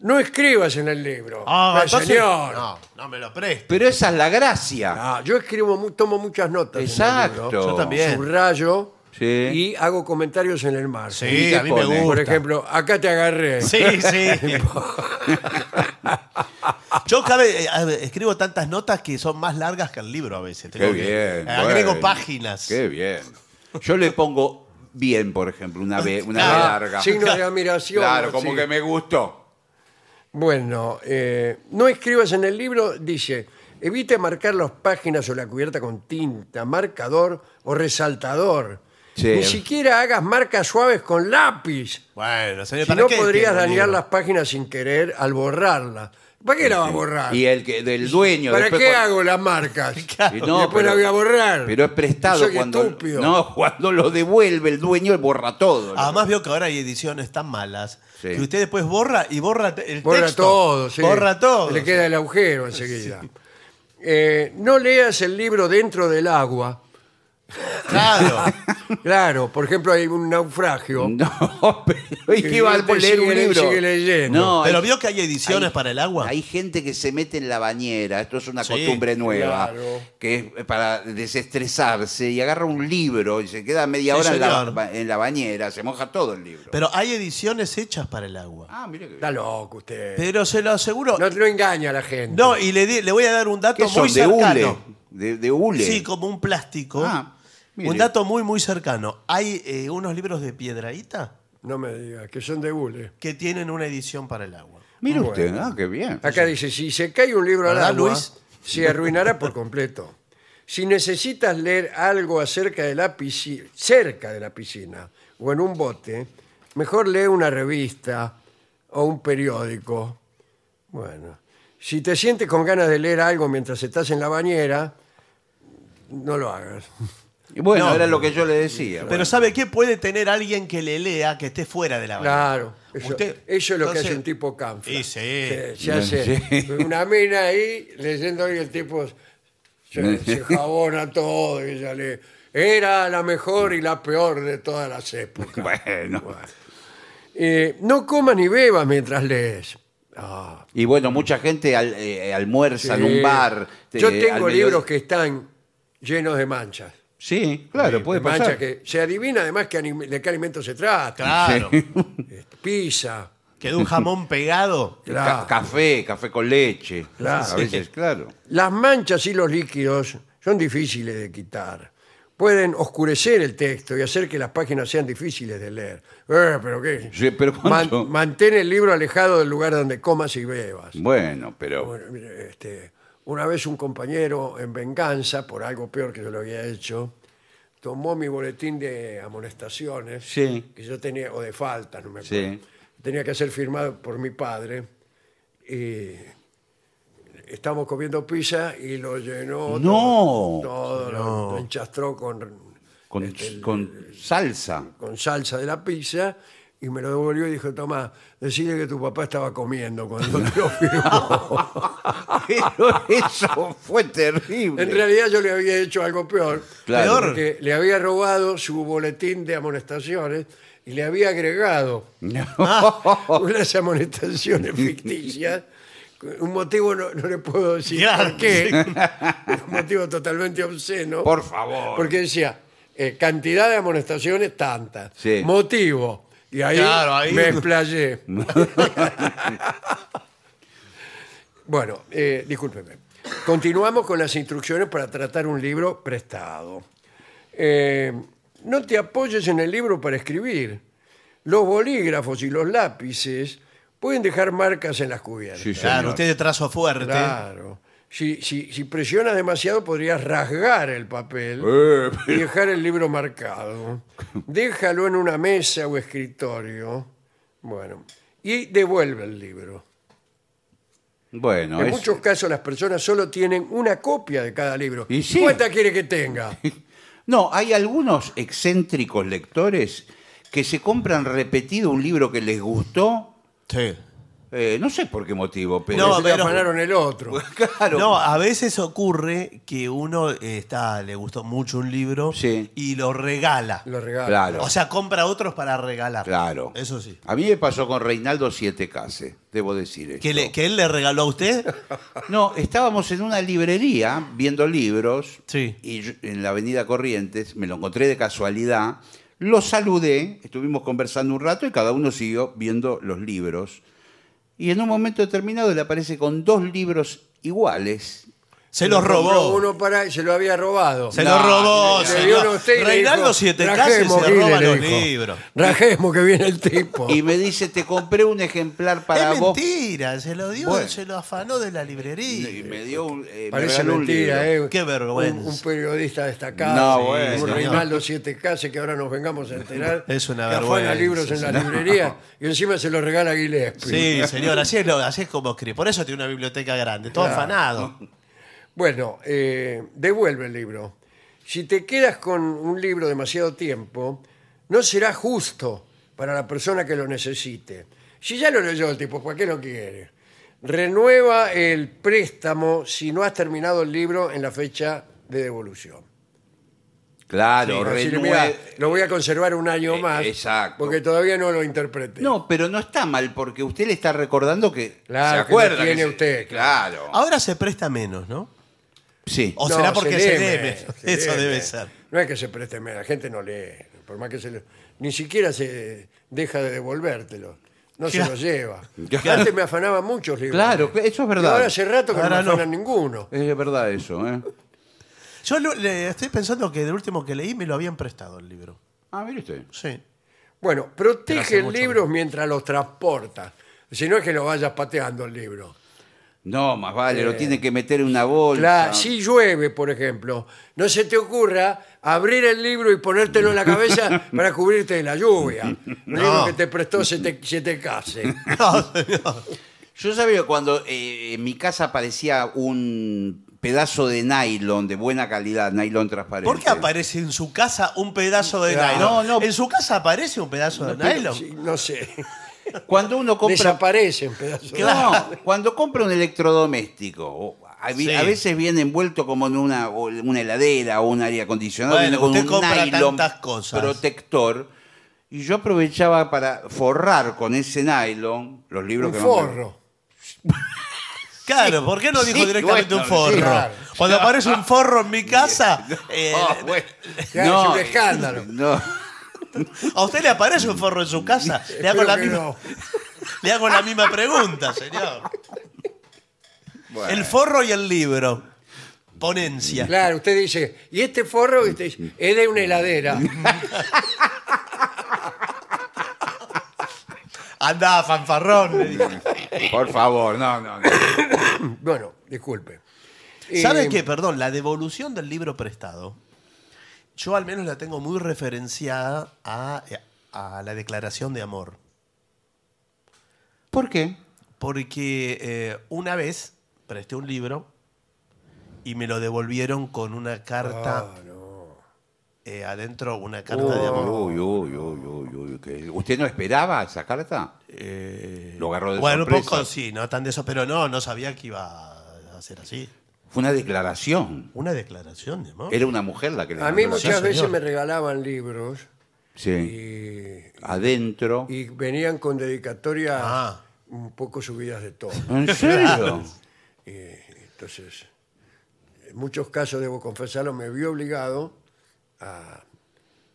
S1: No escribas en el libro.
S3: Ah,
S1: No,
S3: entonces-
S1: señor.
S3: No, no me lo preste.
S2: Pero esa es la gracia.
S1: Ah, yo escribo, mu- tomo muchas notas. en el
S2: Exacto.
S1: libro.
S3: Yo también.
S1: Subrayo
S2: Sí.
S1: y hago comentarios en el margen.
S3: Sí,
S2: qué
S3: a mí me
S2: pone?
S3: gusta.
S1: Por ejemplo, acá te agarré.
S3: Sí, sí. Yo cabe- eh, a ver, escribo tantas notas que son más largas que el libro a veces.
S2: Qué
S3: Tengo que-
S2: bien.
S3: eh, agrego
S2: bueno.
S3: páginas.
S2: Qué bien. Yo le pongo bien, por ejemplo, una B, una B
S3: Ah,
S2: larga.
S1: Signos de admiración.
S2: Claro, como
S1: sí.
S2: que me gustó.
S1: Bueno, eh, no escribas en el libro, dice, evite marcar las páginas o la cubierta con tinta, marcador o resaltador.
S2: Sí.
S1: Ni siquiera hagas marcas suaves con lápiz.
S3: Bueno, señor,
S1: Si
S3: Eh, ¿para
S1: no
S3: qué
S1: podrías
S3: escribo el
S1: dañar
S3: libro?
S1: las páginas sin querer al borrarlas. ¿Para qué la va a borrar?
S2: Y el que del dueño.
S1: ¿Para
S2: después
S1: qué
S2: cuando-
S1: hago las marcas?
S2: Y
S1: Y
S2: no,
S1: después la voy a borrar.
S2: Pero es prestado
S1: Soy
S2: cuando.
S1: estúpido.
S2: No, cuando lo devuelve el dueño, borra todo.
S3: Además veo que ahora hay ediciones tan malas
S2: Sí.
S3: que usted después borra y borra te- el
S1: Borra
S3: texto.
S1: todo, sí.
S3: Borra todo.
S1: Le queda el agujero enseguida. Eh, no leas el libro dentro del agua.
S3: Claro.
S1: Claro, por ejemplo, hay un naufragio.
S3: Mm.
S2: No, pero ¿y
S1: Y
S2: qué va a
S1: usted
S2: leer un
S1: sigue-
S2: libro?
S1: sigue leyendo.
S2: No,
S3: Pero
S2: hay-
S3: vio que hay ediciones
S2: hay-
S3: para el agua.
S2: Hay gente que se mete en la bañera, esto es una
S3: Sí,
S2: costumbre nueva,
S1: claro.
S2: que es eh, para desestresarse y agarra un libro y se queda media
S3: Sí,
S2: hora en la,
S3: señor.
S2: ba- en la bañera, se moja todo el libro.
S3: Pero hay ediciones hechas para el agua.
S2: ah, mire que bien.
S1: Está loco usted.
S3: Pero se lo aseguro.
S1: No
S3: No,
S1: lo engaña a la gente.
S3: y le, di- le voy a dar un dato
S2: ¿Qué
S3: muy
S2: son? De hule.
S3: cercano.
S2: De, de hule.
S3: Sí, como un plástico.
S2: Ah, mire.
S3: un dato muy, muy cercano. Hay eh, unos libros de piedradita
S1: No me diga, que son de hule.
S3: que tienen una edición para el agua.
S2: Mire usted, ah, qué bien.
S1: Acá dice, si se cae un libro al
S3: ¿Verdad,
S1: agua,
S3: Luis?
S1: se arruinará por completo. Si necesitas leer algo acerca de la piscina, cerca de la piscina o en un bote, mejor lee una revista o un periódico. Bueno, si te sientes con ganas de leer algo mientras estás en la bañera, no lo hagas.
S2: Y Bueno,
S3: No.
S2: era lo que yo le decía.
S3: Pero ¿sabe qué? Puede tener alguien que le lea que esté fuera de la bañera.
S1: Claro, eso,
S3: Ah, Usted-
S1: eso es lo que
S3: entonces-
S1: hace un tipo canfra.
S3: Y sí.
S1: Se, se hace
S2: Sí.
S1: una mina ahí leyendo y el tipo se, se jabona todo y ya lee. Era la mejor y la peor de todas las épocas.
S2: bueno.
S1: Eh, no comas ni bebas mientras lees. Ah,
S2: Y bueno, mucha gente al- eh, almuerza en
S1: sí.
S2: un bar.
S1: Yo
S2: eh, al
S1: tengo
S2: mediodía.
S1: libros que están llenos de manchas.
S2: Sí, claro,
S1: De
S2: puede
S1: manchas
S2: pasar.
S1: que se adivina además que anim- de qué alimento se trata. Este,
S3: Claro.
S1: Pizza.
S3: Quedó un jamón pegado.
S2: Ca-
S1: claro.
S2: café, café con leche.
S1: Claro.
S2: A veces, claro.
S1: Las manchas y los líquidos son difíciles de quitar. pueden oscurecer el texto y hacer que las páginas sean difíciles de leer. Eh, pero qué.
S2: Sí, pero Pancho-
S1: mantén el libro alejado del lugar donde comas y bebas.
S2: Bueno, pero
S1: Bueno, mire, este, una vez un compañero, en venganza por algo peor que yo le había hecho, tomó mi boletín de amonestaciones
S2: Sí.
S1: que yo tenía, o de faltas, no me acuerdo.
S2: Sí.
S1: Tenía que ser firmado por mi padre. Y estábamos comiendo pizza y lo llenó.
S2: No.
S1: Todo, todo lo-
S3: No.
S1: lo enchastró con,
S2: con,
S1: este,
S2: con salsa.
S1: con salsa de la pizza. Y me lo devolvió y dijo, toma, decide que tu papá estaba comiendo cuando te lo firmó.
S2: Pero eso fue
S1: En
S2: terrible.
S1: realidad yo le había hecho algo peor.
S2: Claro.
S3: Peor.
S1: Porque le había robado su boletín de amonestaciones y le había agregado unas amonestaciones ficticias. Un motivo no, no le puedo decir
S3: Claro.
S1: por qué. Un motivo totalmente obsceno.
S2: Por favor.
S1: Porque decía, eh, cantidad de amonestaciones tantas.
S2: Sí.
S1: Motivo. Y ahí,
S3: Claro, ahí-
S1: me explayé. bueno, eh, discúlpeme. Continuamos con las instrucciones para tratar un libro prestado. Eh, no te apoyes en el libro para escribir. Los bolígrafos y los lápices pueden dejar marcas en las cubiertas.
S2: Sí,
S3: Claro,
S2: señor.
S3: usted de trazo fuerte.
S1: Claro. Si, si- si presionas demasiado podrías rasgar el papel
S2: Eh,
S1: y dejar el libro marcado. Déjalo en una mesa o escritorio. Bueno, y devuelve el libro.
S2: Bueno,
S1: en
S2: es-
S1: muchos casos las personas solo tienen una copia de cada libro.
S2: Y sí.
S1: ¿Cuánta quiere que tenga?
S2: no, hay algunos excéntricos lectores que se compran repetido un libro que les gustó,
S3: Sí.
S2: eh, no sé por qué motivo, pero...
S3: No,
S1: Se le
S3: pero-
S1: afanaron el otro.
S2: Claro.
S3: No, a veces ocurre que uno eh, está, le gustó mucho un libro
S2: Sí.
S3: y lo regala.
S1: Lo regalo.
S2: Claro.
S3: O sea, compra otros para regalar.
S2: Claro.
S3: Eso sí.
S2: A mí me pasó con Reinaldo Siete Case, debo decir esto.
S3: ¿Que, le- que él le regaló a usted?
S2: No, estábamos en una librería viendo libros
S3: Sí.
S2: y yo- en la avenida Corrientes, me lo encontré de casualidad, lo saludé, estuvimos conversando un rato y cada uno siguió viendo los libros. Y en un momento determinado le aparece con dos libros iguales.
S3: Se los
S1: Compró
S3: robó.
S1: Uno para y se lo había robado.
S3: Se
S2: No,
S3: lo robó.
S1: Le
S3: señor.
S1: dio a usted y le
S3: Reinaldo
S1: dijo,
S3: Siete Cases
S1: "Rajemos,
S3: se roba
S1: Guile", le
S3: los
S1: dijo.
S3: libros.
S1: Rajemos que viene el tipo.
S2: Y me dice, te compré un ejemplar para
S3: es
S2: vos.
S3: mentira, se lo dio,
S2: Bueno.
S3: se lo afanó de la
S2: Y
S3: librería.
S2: me dio un, eh, me
S1: Parece
S2: regaló un
S1: mentira,
S2: libro.
S1: ¿eh?
S3: Qué vergüenza.
S1: Un, un periodista destacado.
S2: No,
S1: sí,
S2: bueno,
S1: Un
S2: señor.
S1: Reinaldo Siete Cases que ahora nos vengamos a enterar.
S3: Es una
S1: que afana
S3: vergüenza,
S1: libros en la librería y encima se los regala a Gillespie.
S3: Sí, señor, así es, lo- así es como escribe. Por eso tiene una biblioteca grande, todo afanado.
S1: Bueno, eh, devuelve el libro. Si te quedas con un libro demasiado tiempo, no será justo para la persona que lo necesite. Si ya lo leyó el tipo, ¿para qué lo quiere? Renueva el préstamo si no has terminado el libro en la fecha de devolución.
S2: Claro,
S1: Para decirle,
S2: renue-
S1: "Mirá, lo voy a conservar un año
S2: Eh,
S1: más.
S2: exacto.
S1: Porque todavía no lo interpreté.
S2: No, pero no está mal porque usted le está recordando que
S1: Claro,
S2: se
S1: que
S2: acuerda.
S1: lo tiene
S2: se-
S1: usted,
S2: Claro.
S3: Ahora se presta menos, ¿no?
S2: Sí.
S3: O
S1: No,
S3: será porque
S1: lee
S3: se debe.
S1: menos, se
S3: Eso
S1: lee
S3: debe
S1: menos.
S3: ser.
S1: No es que se preste menos, la gente no lee. Por más que se lo- Ni siquiera se deja de devolvértelo. No se
S3: Claro.
S1: lo lleva.
S2: Claro.
S1: Antes me afanaban muchos libros.
S2: Claro, eso es verdad.
S1: Y ahora hace rato que
S3: Ahora
S1: no me
S3: no.
S1: afanan ninguno.
S2: Es verdad eso, ¿eh?
S3: Yo lo- le estoy pensando que el último que leí me lo habían prestado el libro.
S2: Ah, mire usted.
S3: Sí.
S1: Bueno,
S3: Pero hace
S1: protege
S3: mucho
S1: libros mientras los transportas. Si no es que lo vayas pateando el libro.
S2: No, más vale,
S3: Eh,
S2: lo tiene que meter en una bolsa.
S1: La- si llueve, por ejemplo, no se te ocurra abrir el libro y ponértelo en la cabeza para cubrirte de la lluvia. El libro que te prestó se te, se te case.
S3: No, señor.
S2: Yo sabía que cuando eh, en mi casa aparecía un pedazo de nylon de buena calidad, nylon transparente.
S3: ¿Por qué aparece en su casa un pedazo de
S1: Claro.
S3: nylon?
S2: No, no.
S3: En su casa aparece un pedazo de nylon.
S1: Sí, no sé.
S2: Cuando uno compra...
S1: Desaparecen pedazos.
S2: No, cuando compra un electrodoméstico, o a, vi-
S3: Sí.
S2: a veces viene envuelto como en una, o en una heladera o un aire acondicionado,
S3: Bueno,
S2: viene con
S3: usted
S2: un
S3: compra
S2: nylon
S3: tantas cosas.
S2: protector. Y yo aprovechaba para forrar con ese nylon los libros
S1: Un
S2: que
S1: forro.
S3: Claro, ¿por qué no dijo
S2: Sí,
S3: directamente
S2: bueno,
S3: un forro?
S1: sí, claro.
S3: Cuando aparece un forro en mi casa, eh,
S2: No, bueno.
S1: Ya, es un escándalo.
S2: No,
S3: ¿a usted le aparece un forro en su casa? Le hago,
S1: Espero
S3: la
S1: que
S3: misma,
S1: no.
S3: le hago la misma pregunta, señor.
S2: bueno.
S3: El forro y el libro. ponencia.
S1: Claro, usted dice, y este forro Este dice, es de una heladera.
S3: Anda, fanfarrón. le dije.
S2: Por favor, no, no. no.
S1: bueno, disculpe.
S3: ¿Sabe
S1: Eh,
S3: qué? Perdón, la devolución del libro prestado. Yo al menos la tengo muy referenciada a, a la declaración de amor.
S2: ¿Por qué?
S3: Porque eh, una vez presté un libro y me lo devolvieron con una carta.
S1: Ah,
S3: eh, adentro, una carta
S1: Uh,
S3: de amor.
S2: Uy, uy, uy, uy, uy, ¿qué? ¿Usted no esperaba esa carta?
S3: Eh,
S2: Lo agarró de
S3: bueno,
S2: sorpresa.
S3: un poco sí, no tan de eso, pero no, no sabía que iba a ser así.
S2: Fue una declaración.
S3: Una declaración de amor.
S2: Era una mujer la que le
S1: A
S2: mandó
S1: mí
S2: la
S1: muchas
S2: carta.
S1: veces
S3: señor.
S1: me regalaban libros
S2: Sí.
S1: y,
S2: Adentro.
S1: y venían con dedicatorias
S3: Ah.
S1: un poco subidas de todo.
S2: ¿En serio?
S1: Entonces, en muchos casos, debo confesarlo, me vi obligado a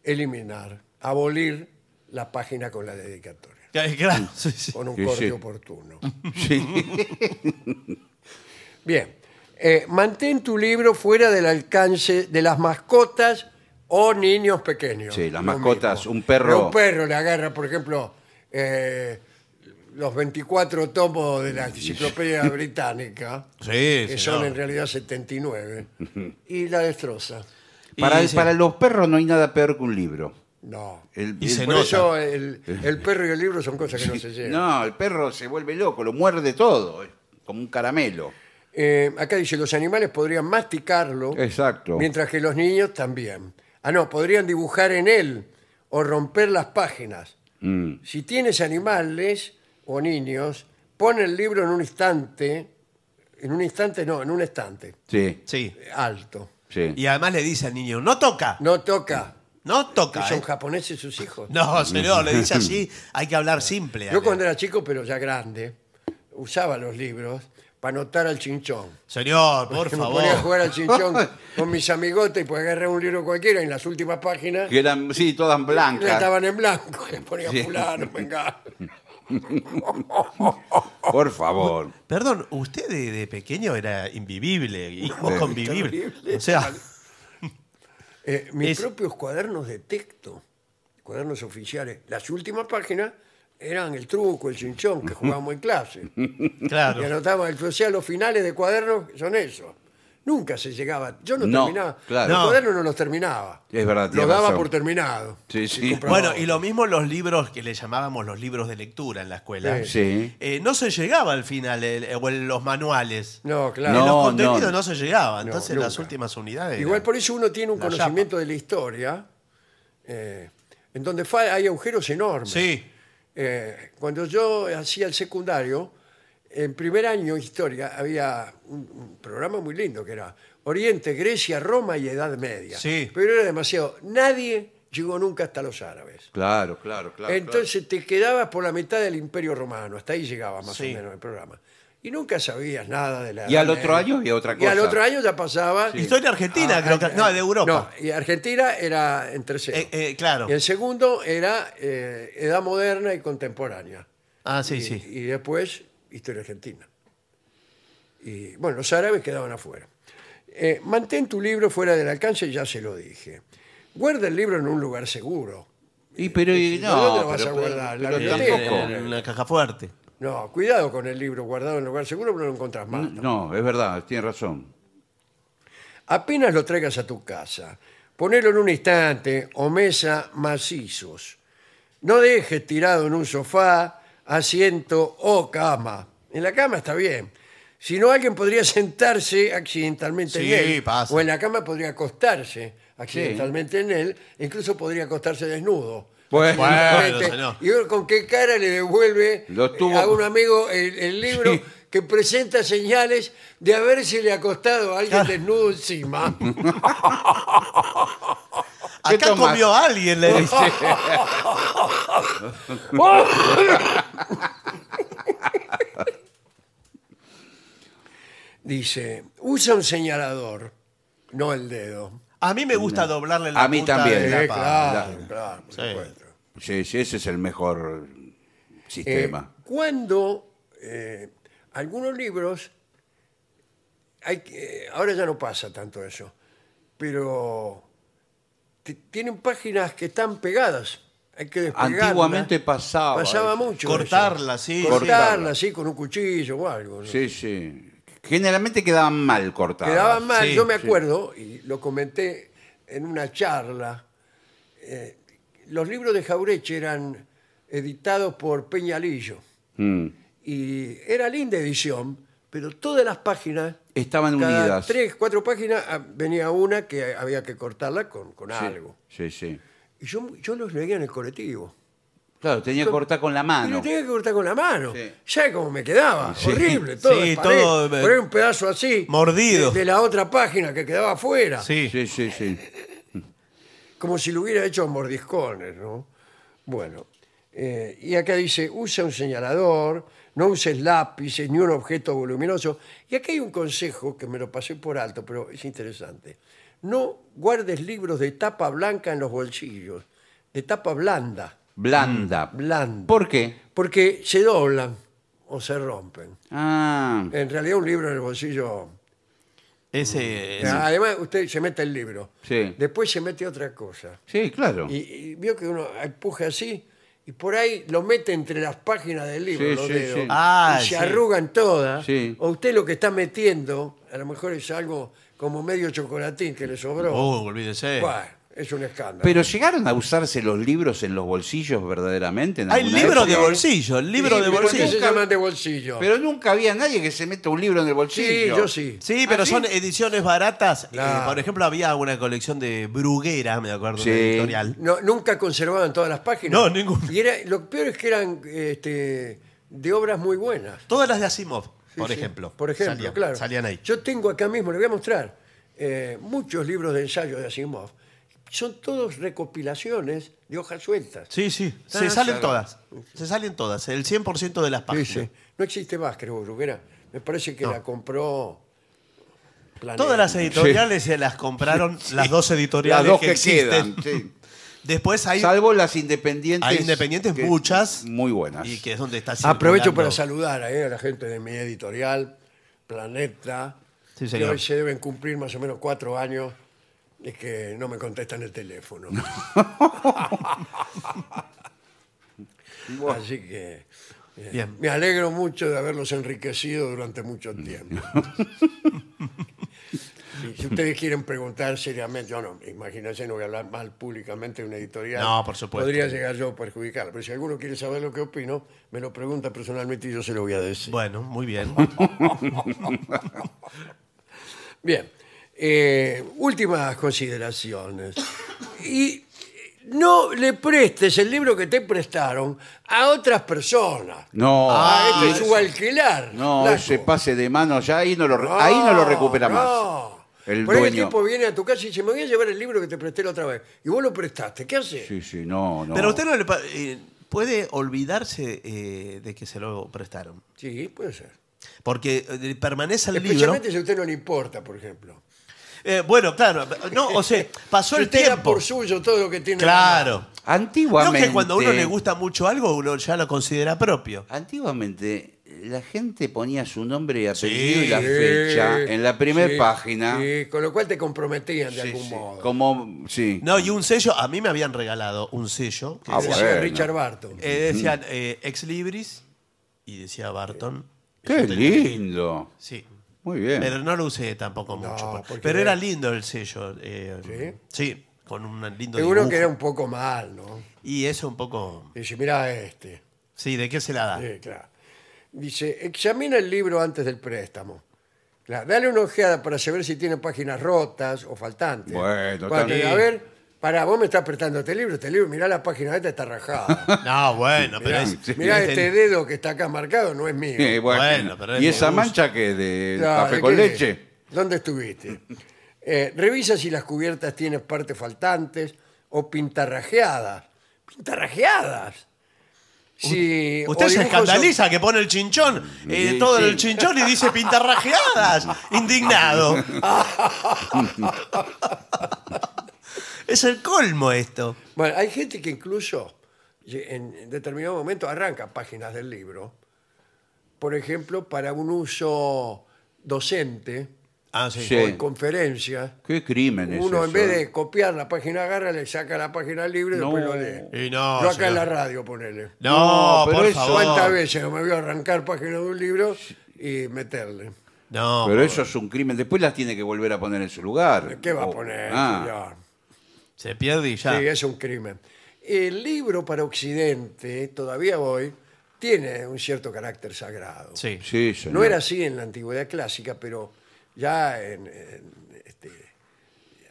S1: eliminar, abolir la página con la dedicatoria,
S3: Claro, sí, sí.
S1: con un
S2: Sí,
S1: corte
S2: sí.
S1: oportuno.
S2: Sí.
S1: Bien, eh, mantén tu libro fuera del alcance de las mascotas o niños pequeños.
S2: Sí, las
S1: Lo
S2: mascotas, un perro-
S1: Pero Un perro le agarra, por ejemplo, eh, los 24 tomos de la enciclopedia británica,
S3: Sí,
S1: que
S3: señor.
S1: son en realidad 79, y la destroza.
S3: Y
S2: Para,
S3: sí.
S2: para los perros no hay nada peor que un libro.
S1: No.
S2: El-
S3: Y
S2: el-
S3: se
S1: Por
S3: nota.
S1: eso el, el perro y el libro son cosas que no se llevan.
S2: No, el perro se vuelve loco, lo muerde todo, eh, como un caramelo.
S1: Eh, acá dice, los animales podrían masticarlo.
S2: Exacto.
S1: Mientras que los niños también. Ah, no, podrían dibujar en él o romper las páginas.
S2: Mm.
S1: Si tienes animales o niños, pon el libro en un instante. En un instante, no, en un estante.
S2: Sí,
S3: Sí.
S1: eh, Alto.
S2: sí.
S3: Y además le dice al niño, no toca,
S1: No toca.
S3: no
S1: Que
S3: toca.
S1: son
S3: ¿eh".
S1: japoneses sus hijos.
S3: No, señor, le dice así, hay que hablar simple.
S1: Yo
S3: Ale.
S1: cuando era chico, pero ya grande, usaba los libros para anotar al chinchón.
S3: Señor, por
S1: que
S3: favor.
S1: me ponía a jugar al chinchón con mis amigotes y pues agarré un libro cualquiera y en las últimas páginas
S2: Que eran, sí, todas
S1: Ya
S2: blancas.
S1: Estaban en blanco, le ponía fulano, venga.
S2: Por favor.
S3: Perdón, usted de, de pequeño era invivible, inconvivible. O sea,
S1: Eh, mis
S3: Es-
S1: propios cuadernos de texto, cuadernos oficiales, las últimas páginas eran el truco, el chinchón que jugábamos en clase. Y
S3: claro.
S1: anotaban, el- o sea, los finales de cuadernos son esos. Nunca se llegaba, yo no,
S2: No,
S1: terminaba,
S2: claro.
S1: los
S3: No.
S1: cuadernos no los terminaba.
S2: Es verdad,
S1: Los
S2: tiene
S1: daba
S2: razón.
S1: por terminado.
S2: Sí, sí.
S1: compraba
S3: Bueno,
S1: otro.
S3: y lo mismo los libros que le llamábamos los libros de lectura en la escuela.
S1: Sí.
S2: Sí.
S3: Eh, no se llegaba al final, el- eh, o en los manuales.
S1: No, claro.
S2: No,
S3: en los contenidos no,
S2: no.
S3: se llegaba, entonces
S1: No,
S3: las
S1: nunca.
S3: últimas unidades.
S1: Igual
S3: eran-
S1: por eso uno tiene un
S3: La
S1: conocimiento de la historia, eh, en donde fa- hay agujeros enormes.
S3: Sí,
S1: Eh, cuando yo hacía el secundario, en primer año historia había un, un programa muy lindo que era Oriente, Grecia, Roma y Edad Media.
S3: Sí.
S1: Pero era demasiado. Nadie llegó nunca hasta los árabes.
S2: Claro, claro, claro.
S1: Entonces te quedabas por la mitad del Imperio Romano, hasta ahí llegaba más
S3: Sí.
S1: o menos el programa. Y nunca sabías nada de la
S2: Y
S1: Edad
S2: al otro
S1: Media.
S2: año había otra
S1: Y al
S2: cosa.
S1: otro año ya pasaba. Ah,
S3: Historia argentina, creo que- no, de
S1: No,
S3: Europa.
S1: y Argentina era en tercero.
S3: Eh, eh, claro.
S1: Y el segundo era eh, Edad Moderna y Contemporánea.
S3: Ah, sí,
S1: y,
S3: sí.
S1: y después Historia Argentina. Y bueno, los árabes quedaban afuera. Eh, mantén tu libro fuera del alcance, ya se lo dije. Guarda el libro en un lugar seguro.
S2: Y pero y-
S1: ¿Y
S2: no,
S1: dónde lo vas
S2: pero-
S1: a guardar?
S2: pero
S1: La
S2: tampoco.
S1: biblioteca.
S3: En una caja fuerte.
S1: No, cuidado con el libro guardado en un lugar seguro, pero no lo encontrás más.
S3: Mm.
S2: No, es verdad, tiene razón.
S1: Apenas lo traigas a tu casa, ponelo en un instante o mesa macizos. No dejes tirado en un sofá, asiento o cama. En la cama está bien. Si no, alguien podría sentarse accidentalmente
S3: Sí,
S1: en él.
S3: pasa.
S1: O en la cama podría acostarse accidentalmente en él. Incluso podría acostarse desnudo.
S2: Bueno,
S1: Accidentalmente.
S3: señor.
S1: y ver con qué cara le devuelve
S2: Lo
S1: eh,
S2: tuvo-
S1: a un amigo el, el libro
S2: Sí.
S1: que presenta señales de habérsele acostado a
S3: Ah.
S1: alguien desnudo encima.
S2: ¿Qué
S3: Acá
S2: tomás?
S3: comió alguien, le dice.
S1: Dice, usa un señalador, no el dedo.
S3: A mí me gusta doblarle la
S2: A mí
S3: punta
S2: también.
S3: de
S1: Eh,
S3: la pala.
S1: claro, claro, por
S3: Sí.
S1: supuesto.
S2: Sí, sí, ese es el mejor
S1: Eh,
S2: sistema.
S1: cuando eh, algunos libros hay que- ahora ya no pasa tanto eso, pero t- tienen páginas que están pegadas. Hay que despegarlas.
S2: Antiguamente pasaba
S1: Pasaba
S2: eso.
S1: mucho.
S3: Cortarla,
S1: eso.
S3: sí, sí.
S1: Cortarla, sí, con un cuchillo o algo. ¿no?
S2: Sí, sí. Generalmente quedaban mal cortadas.
S1: Quedaban mal,
S3: sí,
S1: yo me
S2: sí.
S1: acuerdo, y lo comenté en una charla, eh, los libros de Jaureche eran editados por Peñalillo,
S2: Mm.
S1: y era linda edición, pero todas las páginas,
S2: Estaban
S1: cada
S2: unidas.
S1: tres, cuatro páginas, ah, venía una que había que cortarla con, con
S2: Sí,
S1: algo.
S2: Sí, sí.
S1: Y yo, yo los leía en el colectivo.
S2: Claro, tenía que cortar con la
S1: Y
S2: mano.
S1: lo tenía que cortar con la mano.
S2: Ah, Sí.
S1: ¿Sabe cómo me quedaba? Horrible. Todo,
S3: Sí,
S1: es pared.
S3: todo, eh,
S1: Poner un pedazo así.
S3: mordido.
S1: De, de la otra página que quedaba afuera.
S3: Sí.
S2: Sí, sí, sí.
S1: Como si lo hubiera hecho a mordiscones, ¿no? Bueno. eh, y acá dice, usa un señalador, no uses lápices ni un objeto voluminoso. Y acá hay un consejo que me lo pasé por alto, pero es interesante. No guardes libros de tapa blanca en los bolsillos, de tapa blanda,
S2: Blanda.
S1: blanda.
S2: ¿Por qué?
S1: porque se doblan o se rompen.
S2: Ah,
S1: En realidad un libro en el bolsillo.
S3: Ese, ese-
S1: Además, usted se mete el libro.
S2: Sí.
S1: Después se mete otra cosa.
S2: sí, claro.
S1: Y, y vio que uno empuja así y por ahí lo mete entre las páginas del libro,
S2: Sí,
S1: los
S2: sí,
S1: dedos,
S2: sí.
S1: y
S3: Ah,
S1: se
S3: sí.
S1: arrugan todas.
S2: Sí.
S1: O usted lo que está metiendo, a lo mejor es algo como medio chocolatín que le sobró.
S3: Oh, olvídese.
S1: Buah, es un escándalo.
S2: Pero llegaron a usarse los libros en los bolsillos verdaderamente. en
S3: Hay
S2: alguna
S3: libros de
S2: época?
S3: bolsillo, el libro
S1: Sí,
S3: de
S1: pero ¿por qué
S3: bolsillo.
S1: se llaman de bolsillo?
S2: Pero nunca había nadie que se meta un libro en el bolsillo.
S1: sí, yo sí.
S3: Sí, pero
S2: ¿Ah, sí?
S3: son ediciones baratas. Eh,
S1: Claro.
S3: por ejemplo, había una colección de Bruguera, me acuerdo,
S2: Sí.
S3: una editorial.
S1: No, nunca conservaban todas las páginas.
S3: No, ninguna.
S1: Y era, lo peor es que eran este, de obras muy buenas.
S3: Todas las de Asimov, por
S1: Sí, sí.
S3: ejemplo.
S1: Por ejemplo,
S3: salían,
S1: claro.
S3: Salían ahí.
S1: Yo tengo acá mismo, le voy a mostrar, eh, muchos libros de ensayo de Asimov. Son todos recopilaciones de hojas sueltas.
S3: Sí, sí.
S1: Ah,
S3: Se salen
S1: claro.
S3: todas. Se salen todas. El 100% de las páginas.
S1: Dice, no existe más, creo, Bruguera. Me parece que la compró... Planeta.
S3: Todas las editoriales se las compraron las dos editoriales
S2: Las dos que,
S3: existen.
S2: quedan. sí.
S3: Después hay,
S2: Salvo las independientes.
S3: hay independientes
S2: que-
S3: muchas.
S2: Muy buenas.
S3: Y que es donde está
S1: Aprovecho
S3: circulando.
S1: para saludar eh, a la gente de mi editorial, Planeta,
S3: Sí,
S1: que
S3: señor.
S1: hoy se deben cumplir más o menos cuatro años de que no me contestan el teléfono. Así que eh,
S3: Bien.
S1: me alegro mucho de haberlos enriquecido durante mucho tiempo. Si- Si ustedes quieren preguntar seriamente, yo no, imagínense, no voy a hablar mal públicamente de una editorial.
S3: No, por supuesto.
S1: Podría llegar yo a perjudicarla. Pero si alguno quiere saber lo que opino, me lo pregunta personalmente y yo se lo voy a decir.
S3: Bueno, muy bien.
S1: Bien, eh, últimas consideraciones. Y no le prestes el libro que te prestaron a otras personas.
S2: No.
S3: Ah,
S1: a este
S2: y-
S1: subalquilar.
S2: No,
S1: flaco.
S2: ese pase de mano ya ahí no lo, re- ahí no lo recupera
S1: no.
S2: más. El
S1: Por ahí el
S2: dueño.
S1: tipo viene a tu casa y dice, me voy a llevar el libro que te presté la otra vez. Y vos lo prestaste, ¿qué haces?
S2: Sí, sí, no, no.
S3: Pero a usted no le pa- eh, puede olvidarse eh, de que se lo prestaron.
S1: Sí, puede ser.
S3: Porque eh, permanece el libro.
S1: Especialmente si a usted no le importa, por ejemplo.
S3: Eh, bueno, claro. No, o sea, pasó
S1: Si
S3: el
S1: usted da
S3: tiempo.
S1: por suyo todo lo que tiene.
S3: Claro. Creo
S2: Antiguamente.
S3: que cuando a uno le gusta mucho algo, uno ya lo considera propio.
S2: Antiguamente la gente ponía su nombre y apellido
S3: Sí.
S2: y la
S1: Sí,
S2: fecha en la primera
S1: sí,
S2: página.
S1: sí, con lo cual te comprometían de
S2: Sí,
S1: algún
S2: sí.
S1: modo.
S2: Como, sí.
S3: No, y un sello, a mí me habían regalado un sello. Que
S2: Ah,
S1: Decía
S2: bueno.
S1: Richard Barton.
S3: eh, decían eh, Ex Libris y decía Barton.
S2: Qué lindo.
S3: Sí.
S2: Muy bien.
S3: este, Pero no lo usé tampoco mucho. por-
S1: porque
S3: pero
S1: era-
S3: era lindo el sello. eh, ¿Sí? con un lindo
S1: Seguro
S3: dibujo.
S1: que era un poco mal, ¿no?
S3: Y eso un poco...
S1: Dice, mira este.
S3: Sí, ¿de qué se
S2: Ah.
S3: la da?
S1: Sí, claro. Dice, examina el libro antes del préstamo. Claro, dale una ojeada para saber si tiene páginas rotas o faltantes.
S2: Bueno,
S1: Cuando
S2: también.
S1: diga, a ver, para vos me estás prestando este libro, este libro, mirá la página esta está rajada.
S3: No, bueno, pero
S1: Mirá,
S3: es...
S2: sí.
S1: mirá
S3: es-
S1: este dedo que está acá marcado, no es mío.
S2: Eh, bueno.
S3: Bueno, pero es
S2: ¿Y
S3: de
S2: esa
S3: gusto.
S2: mancha que de
S1: Claro,
S2: café
S1: ¿de
S2: con
S1: qué?
S2: leche?
S1: ¿Dónde estuviste? Eh, revisa si las cubiertas tienen partes faltantes o pintarrajeadas. ¿Pintarrajeadas? Si,
S3: Usted
S1: o
S3: se
S1: dibujos
S3: escandaliza que pone el chinchón, eh,
S2: Sí,
S3: todo
S2: sí.
S3: el chinchón y dice pintarrajeadas. Indignado. es el colmo esto.
S1: Bueno, hay gente que incluso ye- en en determinado momento arranca páginas del libro, por ejemplo, para un uso docente
S3: Ah, sí.
S2: Sí.
S1: o en conferencias,
S2: ¿Qué crimen es
S1: uno en
S2: eso?
S1: vez de copiar la página agarra, le saca la página libre y
S2: No.
S1: después lo lee.
S3: Y no,
S1: Yo acá en la
S3: señor.
S1: radio, ponele.
S2: No,
S3: No,
S2: pero
S3: por
S2: eso-
S3: favor.
S1: ¿Cuántas veces me voy a arrancar página de un libro y meterle?
S3: No.
S2: Pero
S3: por-
S2: eso es un crimen. Después las tiene que volver a poner en su lugar.
S1: ¿Qué va a
S2: Oh,
S1: poner,
S2: ah.
S1: señor?
S3: Se pierde y ya.
S1: Sí, eh. es un crimen. El libro para Occidente, todavía hoy, tiene un cierto carácter sagrado.
S3: Sí.
S2: Sí, señor.
S1: No era así en la antigüedad clásica, pero ya en, en, este,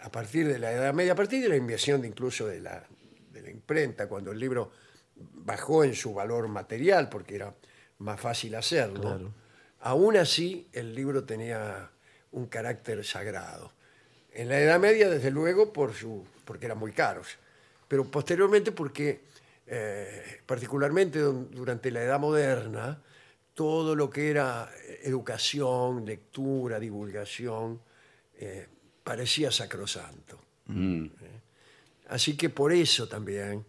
S1: a partir de la Edad Media, a partir de la inversión de incluso de la, de la imprenta, cuando el libro bajó en su valor material, porque era más fácil hacerlo, aún así el libro tenía un carácter sagrado. En la Edad Media, desde luego, por su, porque eran muy caros, pero posteriormente porque, eh, particularmente dun- durante la Edad Moderna, todo lo que era eh, educación, lectura, divulgación, eh, parecía sacrosanto.
S2: Mm,
S1: ¿Eh? Así que por eso también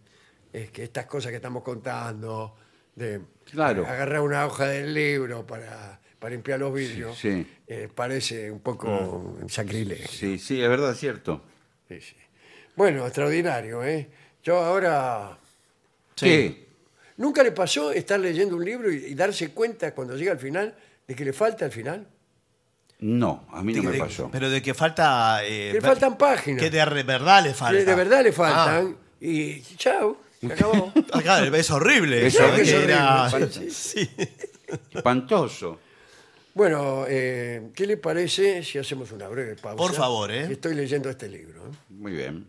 S1: es que estas cosas que estamos contando, de
S2: Claro.
S1: eh, agarrar una hoja del libro para, para limpiar los vidrios,
S2: Sí, Mm. sí.
S1: eh, parece un poco un sacrilegio.
S2: Sí, sí, es verdad, es cierto.
S1: Sí, sí. Bueno, extraordinario, ¿eh? Yo ahora...
S2: Sí.
S1: ¿Nunca le pasó estar leyendo un libro y, y darse cuenta cuando llega al final de que le falta al final?
S2: No, a mí no
S3: De-
S2: me
S3: de-
S2: pasó.
S3: Pero de que falta.
S1: Que
S3: eh,
S1: le
S3: ver-
S1: faltan páginas.
S3: Que de re- verdad le
S2: Ah,
S1: Que
S3: falta.
S1: de verdad le faltan. Y chao, se acabó.
S3: Ah, claro, es horrible.
S2: Es
S3: eso,
S2: horrible,
S3: que era-
S1: es horrible,
S3: sí.
S2: Espantoso.
S1: bueno, eh, ¿qué le parece si hacemos una breve pausa?
S3: Por favor, ¿eh?
S1: Estoy leyendo este libro. ¿eh?
S2: Muy bien.